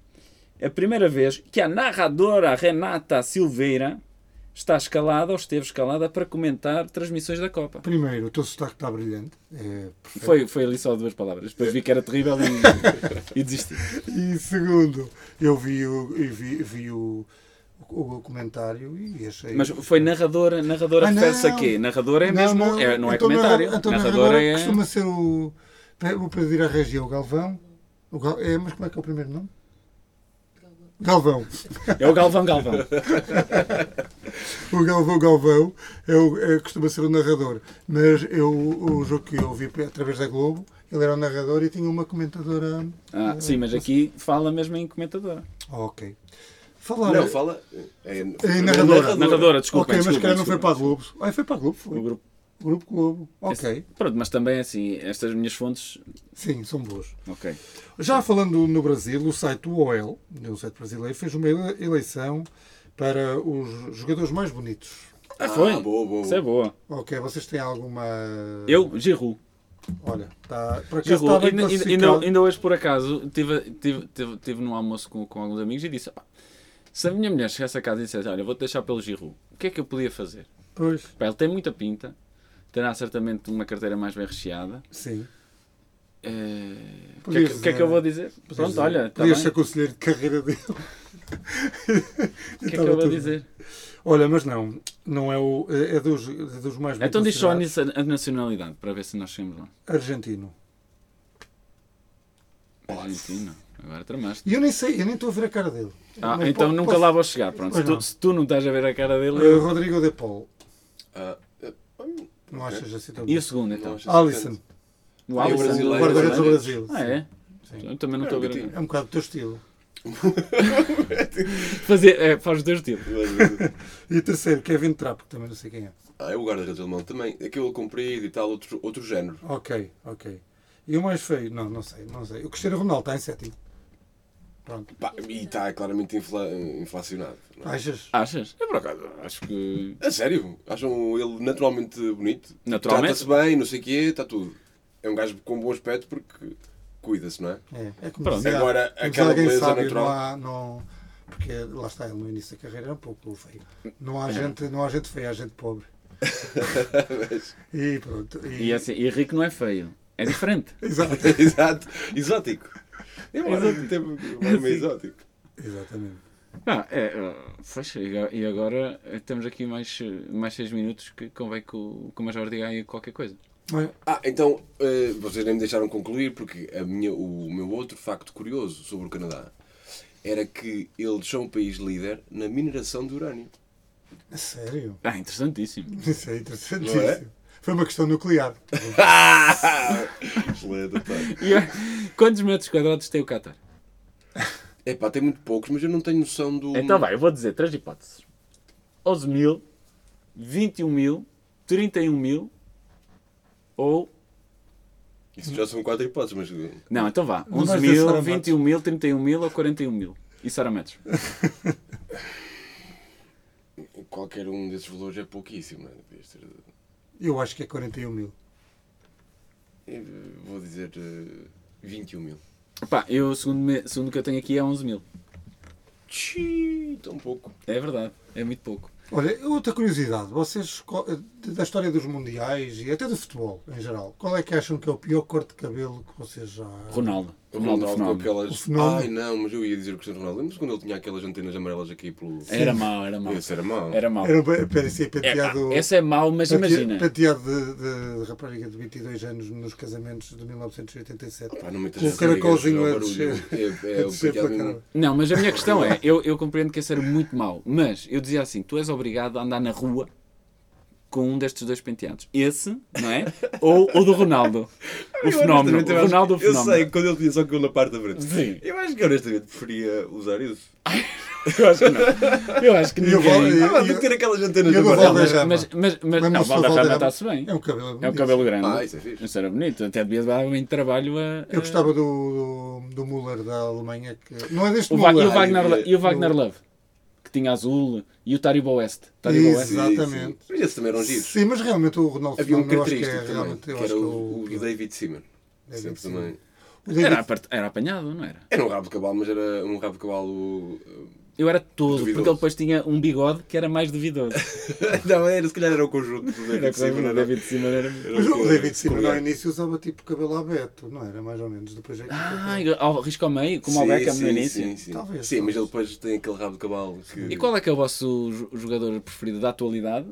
Speaker 3: a primeira vez que a narradora Renata Silveira está escalada ou esteve escalada para comentar transmissões da Copa.
Speaker 2: Primeiro, o teu sotaque está brilhante. É perfeito.
Speaker 3: Foi, foi ali só duas palavras, depois vi que era terrível e, e desisti.
Speaker 2: E segundo, eu vi o, eu vi, vi o, o, o comentário e achei.
Speaker 3: Mas foi narradora, narradora
Speaker 2: Ah, não.
Speaker 3: refere-se a quê? Narradora é mesmo, não, é, não é comentário.
Speaker 2: Então,
Speaker 3: narradora, é.
Speaker 2: costuma ser o. pe- Vou pedir à regia o Galvão. O Gal, é, mas como é que é o primeiro nome? Galvão.
Speaker 3: É o Galvão Galvão.
Speaker 2: O Galvão Galvão é o, é- costuma ser o narrador. Mas eu, o jogo que eu vi pe- através da Globo, ele era o narrador e tinha uma comentadora.
Speaker 3: Ah, sim, mas aqui fala mesmo em comentadora.
Speaker 2: Ah, ok. Falar.
Speaker 4: Não, fala. É,
Speaker 2: narradora.
Speaker 3: Narradora, desculpa.
Speaker 2: ok, mas se
Speaker 3: desculpa,
Speaker 2: calhar não foi para a Globo. Ah, foi para a Globo, foi.
Speaker 3: o grupo.
Speaker 2: Grupo Globo. Ok.
Speaker 3: Pronto, mas também assim, estas minhas fontes.
Speaker 2: Sim, são boas.
Speaker 3: Ok.
Speaker 2: Já falando no Brasil, o site UOL, um site brasileiro, fez uma ele- eleição para os jogadores mais bonitos.
Speaker 3: Ah, foi.
Speaker 4: boa, boa,
Speaker 3: Isso é boa.
Speaker 2: Ok, vocês têm alguma.
Speaker 3: Eu, Giru.
Speaker 2: Olha, está. Por acaso
Speaker 3: Giru.
Speaker 2: está bem
Speaker 3: Ainda, ainda,
Speaker 2: classificado.
Speaker 3: ainda- ainda hoje, por acaso, estive tive, tive, tive num almoço com, com alguns amigos e disse: "Pá, se a minha mulher chegasse a casa e dissesse, olha, vou-te deixar pelo Giru, o que é que eu podia fazer?
Speaker 2: Pois,
Speaker 3: Pá, ele tem muita pinta, terá certamente uma carteira mais bem recheada.
Speaker 2: sim.
Speaker 3: Eh, O que, é
Speaker 2: Podias
Speaker 3: que, o que é que
Speaker 2: dizer-
Speaker 3: eu vou dizer? Pronto, olha, está bem.
Speaker 2: Podias ser
Speaker 3: O
Speaker 2: conselheiro de carreira dele.
Speaker 3: que é que eu vou dizer?
Speaker 2: Olha, mas não, não é o. É é dos, é dos mais bem
Speaker 3: Então diz só a
Speaker 2: classificados.
Speaker 3: a nacionalidade, para ver se nós chegamos lá.
Speaker 2: Argentino.
Speaker 3: Argentina. Agora tramaste.
Speaker 2: E eu nem sei, eu nem estou a ver a cara dele.
Speaker 3: Ah,
Speaker 2: Mas
Speaker 3: então
Speaker 2: po-
Speaker 3: nunca
Speaker 2: posso-
Speaker 3: lá vou chegar. Pronto, se
Speaker 2: Pois não.
Speaker 3: tu, se tu não estás a ver a cara dele.
Speaker 2: Eh,
Speaker 3: eu-
Speaker 2: Rodrigo De Paul.
Speaker 4: Ah, ah, hum,
Speaker 2: Não
Speaker 4: Ok.
Speaker 2: achas assim tão
Speaker 3: E
Speaker 2: bom?
Speaker 3: o segundo
Speaker 4: não
Speaker 3: então?
Speaker 4: achas é
Speaker 2: Alisson,
Speaker 4: tanto.
Speaker 3: O
Speaker 4: Ah, e o
Speaker 3: Alisson do-
Speaker 4: brasileiro.
Speaker 2: guarda-redes do Brasil.
Speaker 3: Ah, é? Eu também não estou a ver.
Speaker 4: Gatinho.
Speaker 2: É um bocado do teu estilo.
Speaker 3: Fazer, é, faz os dois tipos.
Speaker 2: E o terceiro, Kevin Trapp, que também não sei quem é.
Speaker 4: Ah, eu guarda-redes alemão também. Aquele comprido e tal, outro, outro género.
Speaker 2: Ok, ok. E o mais feio? Não, não sei, não sei. O Cristiano Ronaldo está em sétimo. Pronto.
Speaker 4: Pá, e está claramente infla- inflacionado. não é?
Speaker 2: Achas?
Speaker 3: Achas?
Speaker 4: Eu, por acaso, acho
Speaker 3: Acho que.
Speaker 4: A sério? Acham ele naturalmente bonito?
Speaker 3: Naturalmente?
Speaker 4: Trata-se bem, não sei o quê, está tudo. É um gajo com bom aspecto porque cuida-se, não é?
Speaker 2: É, é como
Speaker 3: Pronto.
Speaker 2: dizia-
Speaker 4: Agora,
Speaker 2: como dizia
Speaker 4: aquela
Speaker 2: alguém
Speaker 4: beleza
Speaker 2: sábio,
Speaker 4: natural.
Speaker 2: Não há, não, porque lá está ele no início da carreira, é um pouco feio. Não há, gente, não há gente feia, há gente pobre. E pronto.
Speaker 3: E, assim, e rico não é feio. É diferente.
Speaker 2: Exato,
Speaker 4: Exato. Exótico. É um tema exótico.
Speaker 2: exatamente.
Speaker 3: Ah, é, ah, fecha. E a- e agora eh, temos aqui mais, eh, mais seis minutos que convém que o, que o Major diga aí qualquer coisa.
Speaker 2: Bem,
Speaker 4: Ah, então eh, vocês nem me deixaram concluir porque a minha, o meu outro facto curioso sobre o Canadá era que eles são o país líder na mineração de urânio.
Speaker 2: a sério?
Speaker 3: Ah, interessantíssimo.
Speaker 2: Isso é interessantíssimo.
Speaker 4: Não é?
Speaker 2: Foi uma questão nuclear.
Speaker 4: Excelente, pá.
Speaker 3: E, ah, quantos metros quadrados tem o Qatar?
Speaker 4: É pá, tem muito poucos, mas eu não tenho noção do.
Speaker 2: Hum.
Speaker 3: Então vai, eu vou dizer três hipóteses: 11 mil, 21 mil, 31 mil ou.
Speaker 4: Isso já são quatro hipóteses, mas.
Speaker 3: Não, então vá:
Speaker 2: Não vais
Speaker 3: 11
Speaker 2: dizer
Speaker 3: mil,
Speaker 2: Sara
Speaker 3: 21 mil, 31 mil ou 41 mil. Isso era metros.
Speaker 4: Qualquer um desses valores é pouquíssimo, não é? Devias ter-
Speaker 2: Eu acho que é 41 mil.
Speaker 4: Eu Vou dizer eh, 21 mil.
Speaker 3: Pá, eu, segundo, me- segundo que eu tenho aqui, é 11 mil.
Speaker 4: Tchiii, tão pouco.
Speaker 3: É verdade, é muito pouco.
Speaker 2: Olha, outra curiosidade. Vocês, co- da história dos mundiais e até do futebol em geral, qual é que acham que é o pior corte de cabelo que vocês já...
Speaker 3: Ronaldo.
Speaker 4: O
Speaker 3: Ronaldo,
Speaker 4: Ronaldo com
Speaker 3: fenómeno.
Speaker 4: aquelas.
Speaker 2: O fenómeno.
Speaker 4: Ai não, mas eu ia dizer o Cristiano Ronaldo. Lembra-se quando ele tinha aquelas antenas amarelas aqui pelo.
Speaker 3: Era mau, era mau.
Speaker 4: Esse era mau.
Speaker 3: Era mau.
Speaker 2: Era, um- parecia
Speaker 3: É, pá,
Speaker 2: penteado...
Speaker 3: esse é mau, mas
Speaker 2: pente-
Speaker 3: imagina.
Speaker 2: Penteado de, de, de rapariga de 22 anos nos casamentos de 1987.
Speaker 4: Pá, não metas
Speaker 2: Com o
Speaker 4: essa briga,
Speaker 2: caracolzinho
Speaker 4: é
Speaker 2: a
Speaker 4: um barulho.
Speaker 2: descer.
Speaker 4: É- é
Speaker 2: a
Speaker 4: o
Speaker 2: descer
Speaker 4: penteado
Speaker 2: pela
Speaker 4: mesmo.
Speaker 2: cara.
Speaker 3: Não, mas a minha questão é, eu, eu compreendo que esse era muito mau, mas eu dizia assim, tu és obrigado a andar na rua com um destes dois penteados. Esse, não é? Ou o do Ronaldo. O
Speaker 4: Eu,
Speaker 3: fenómeno.
Speaker 4: honestamente, eu
Speaker 3: O
Speaker 4: acho-
Speaker 3: Ronaldo o
Speaker 4: Eu sei,
Speaker 3: fenómeno.
Speaker 4: que quando ele tinha só aquilo na parte da frente.
Speaker 3: Sim.
Speaker 4: Eu acho que honestamente preferia usar isso.
Speaker 3: Eu acho que não. Eu acho que
Speaker 2: E o
Speaker 3: ninguém...
Speaker 2: Val-
Speaker 4: Ah, pá,
Speaker 2: e-
Speaker 4: tem que ter aquelas antenas
Speaker 2: e o do
Speaker 3: Não,
Speaker 4: amarelas.
Speaker 3: mas,
Speaker 2: Valderrama.
Speaker 3: mas, mas, mas, não, o
Speaker 2: Lembra-se do
Speaker 3: Valderrama
Speaker 2: Valderrama?
Speaker 3: está-se bem.
Speaker 2: É um cabelo
Speaker 3: É um
Speaker 2: bonito.
Speaker 3: cabelo grande.
Speaker 4: Ah, isso é fixe.
Speaker 3: Isso era bonito. Até devia dar muito trabalho a...
Speaker 2: Eu gostava do, do, do Müller da Alemanha, que não é deste
Speaker 3: O Va- e, o
Speaker 2: Müller.
Speaker 3: Wagner,
Speaker 4: Ai,
Speaker 3: e o Wagner Love, que tinha azul, e o Taribo West. Taribo
Speaker 2: Isso.
Speaker 3: West.
Speaker 4: Sim, sim.
Speaker 2: Exatamente.
Speaker 4: Mas esses também eram giros.
Speaker 2: Sim, mas realmente o Ronaldo
Speaker 4: Havia um
Speaker 2: Fenómeno, eu acho que
Speaker 4: característico
Speaker 2: é
Speaker 4: também,
Speaker 2: realmente,
Speaker 4: que
Speaker 2: eu acho
Speaker 4: era
Speaker 2: que
Speaker 4: o,
Speaker 2: o,
Speaker 4: o David Seaman.
Speaker 2: David
Speaker 4: Sempre
Speaker 2: Seaman.
Speaker 4: É também.
Speaker 2: o
Speaker 3: Era,
Speaker 2: David,
Speaker 3: apart- era apanhado, não era?
Speaker 4: Era um rabo de cavalo, mas era um rabo de cavalo. eh,
Speaker 3: Eu era todo,
Speaker 4: Duvidoso.
Speaker 3: porque ele depois tinha um bigode que era mais duvidoso.
Speaker 4: eh, Não, era, se calhar era o conjunto do
Speaker 3: Era
Speaker 4: David
Speaker 3: como
Speaker 4: Seaman.
Speaker 3: o
Speaker 4: era-
Speaker 3: David Simon era...
Speaker 4: era
Speaker 2: mas
Speaker 4: que-
Speaker 2: o David Seaman
Speaker 4: Correia.
Speaker 2: ao início usava tipo cabelo aberto, não era? Mais ou menos. Depois é que-
Speaker 3: Ah, ao risco ao meio, como ao
Speaker 4: Sim,
Speaker 3: Beckham no
Speaker 4: sim,
Speaker 3: início.
Speaker 4: Sim, sim.
Speaker 2: Talvez,
Speaker 4: Sim, mas
Speaker 2: talvez.
Speaker 4: ele depois tem aquele rabo de cavalo. Que...
Speaker 3: E qual é que é o vosso jo- jogador preferido da atualidade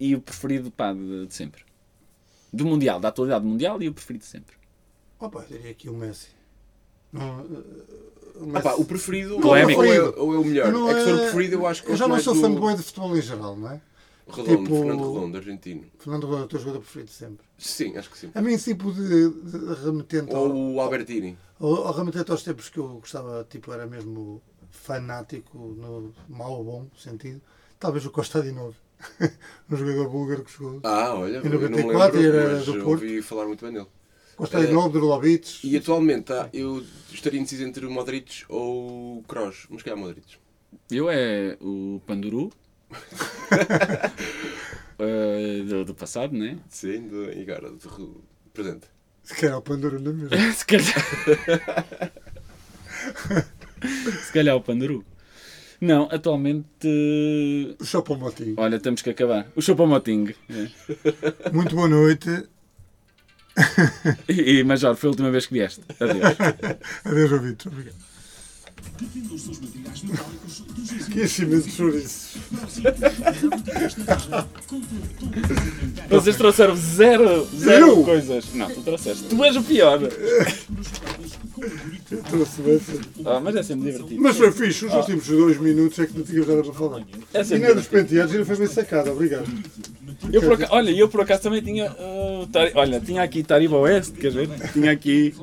Speaker 3: e o preferido pá, de, de sempre? Do Mundial, da atualidade do Mundial e o preferido de sempre.
Speaker 2: Opa, eu diria aqui o Messi. Não, eh, o
Speaker 4: Ah,
Speaker 2: Messi.
Speaker 4: pá, o preferido
Speaker 3: Não
Speaker 4: ou,
Speaker 3: é
Speaker 4: é, ou, é,
Speaker 2: preferido.
Speaker 4: ou é o melhor?
Speaker 2: Não
Speaker 4: é que se for o
Speaker 2: é-
Speaker 4: preferido, eu acho que
Speaker 2: Eu já
Speaker 4: gosto
Speaker 2: não
Speaker 4: mais
Speaker 2: sou
Speaker 4: do...
Speaker 2: fanboy de futebol em geral, não é?
Speaker 4: Redondo,
Speaker 2: tipo-
Speaker 4: Fernando Redondo, argentino.
Speaker 2: Fernando Rodrigo é o teu jogador preferido sempre.
Speaker 4: Sim, acho que sim.
Speaker 2: A mim, tipo de, de remetente ao-
Speaker 4: Ou o Albertini.
Speaker 2: Ou, ou realmente até aos tempos que eu gostava, tipo, era mesmo fanático, no mau ou bom sentido, talvez o Costa de novo. um jogador búlgaro que chegou.
Speaker 4: Ah, olha,
Speaker 2: Em
Speaker 4: eu não
Speaker 2: 94
Speaker 4: lembro,
Speaker 2: era
Speaker 4: mas
Speaker 2: do
Speaker 4: ouvi falar muito bem dele.
Speaker 2: Costa de
Speaker 4: eh,
Speaker 2: novo, Drolovic.
Speaker 4: E atualmente, ah, eu estaria indeciso entre o Modric ou o Kroos. Mas se calhar Modric.
Speaker 3: Eu é o Panduru. Eh, do, do passado, né?
Speaker 4: Sim, do- e agora, do do presente.
Speaker 2: Se calhar o Pandora não é mesmo.
Speaker 3: Se calhar. Se calhar o Panduru. Não, atualmente
Speaker 2: O Chopin Motinho.
Speaker 3: Olha, temos que acabar. O Chopamoting.
Speaker 2: Muito boa noite.
Speaker 3: E, e Major, foi a última vez que vieste. Adeus.
Speaker 2: Adeus, ouvintes. Obrigado. Que enchimento de chouriços.
Speaker 3: Vocês trouxeram zero, zero coisas. Não, tu trouxeste. Tu és o pior.
Speaker 2: Eu trouxe essa.
Speaker 3: Ah, mas é sempre divertido.
Speaker 2: Mas foi fixe. Os últimos dois minutos é que não tínhamos nada para falar.
Speaker 3: É
Speaker 2: E
Speaker 3: sempre
Speaker 2: nem dos
Speaker 3: divertido.
Speaker 2: penteados, ele foi bem sacado. Obrigado.
Speaker 3: Eu por aca- olha, eu por acaso também tinha. ah, Tari- olha, tinha aqui Tariba Oeste, quer ver? Tinha aqui.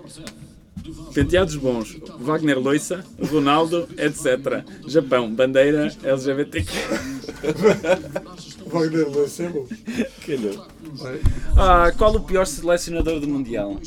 Speaker 3: Penteados bons, Wagner Loiça, Ronaldo, etc. Japão, bandeira LGBTQ.
Speaker 2: Wagner Lança é bom.
Speaker 3: Calhou. Ah, qual o pior selecionador do Mundial?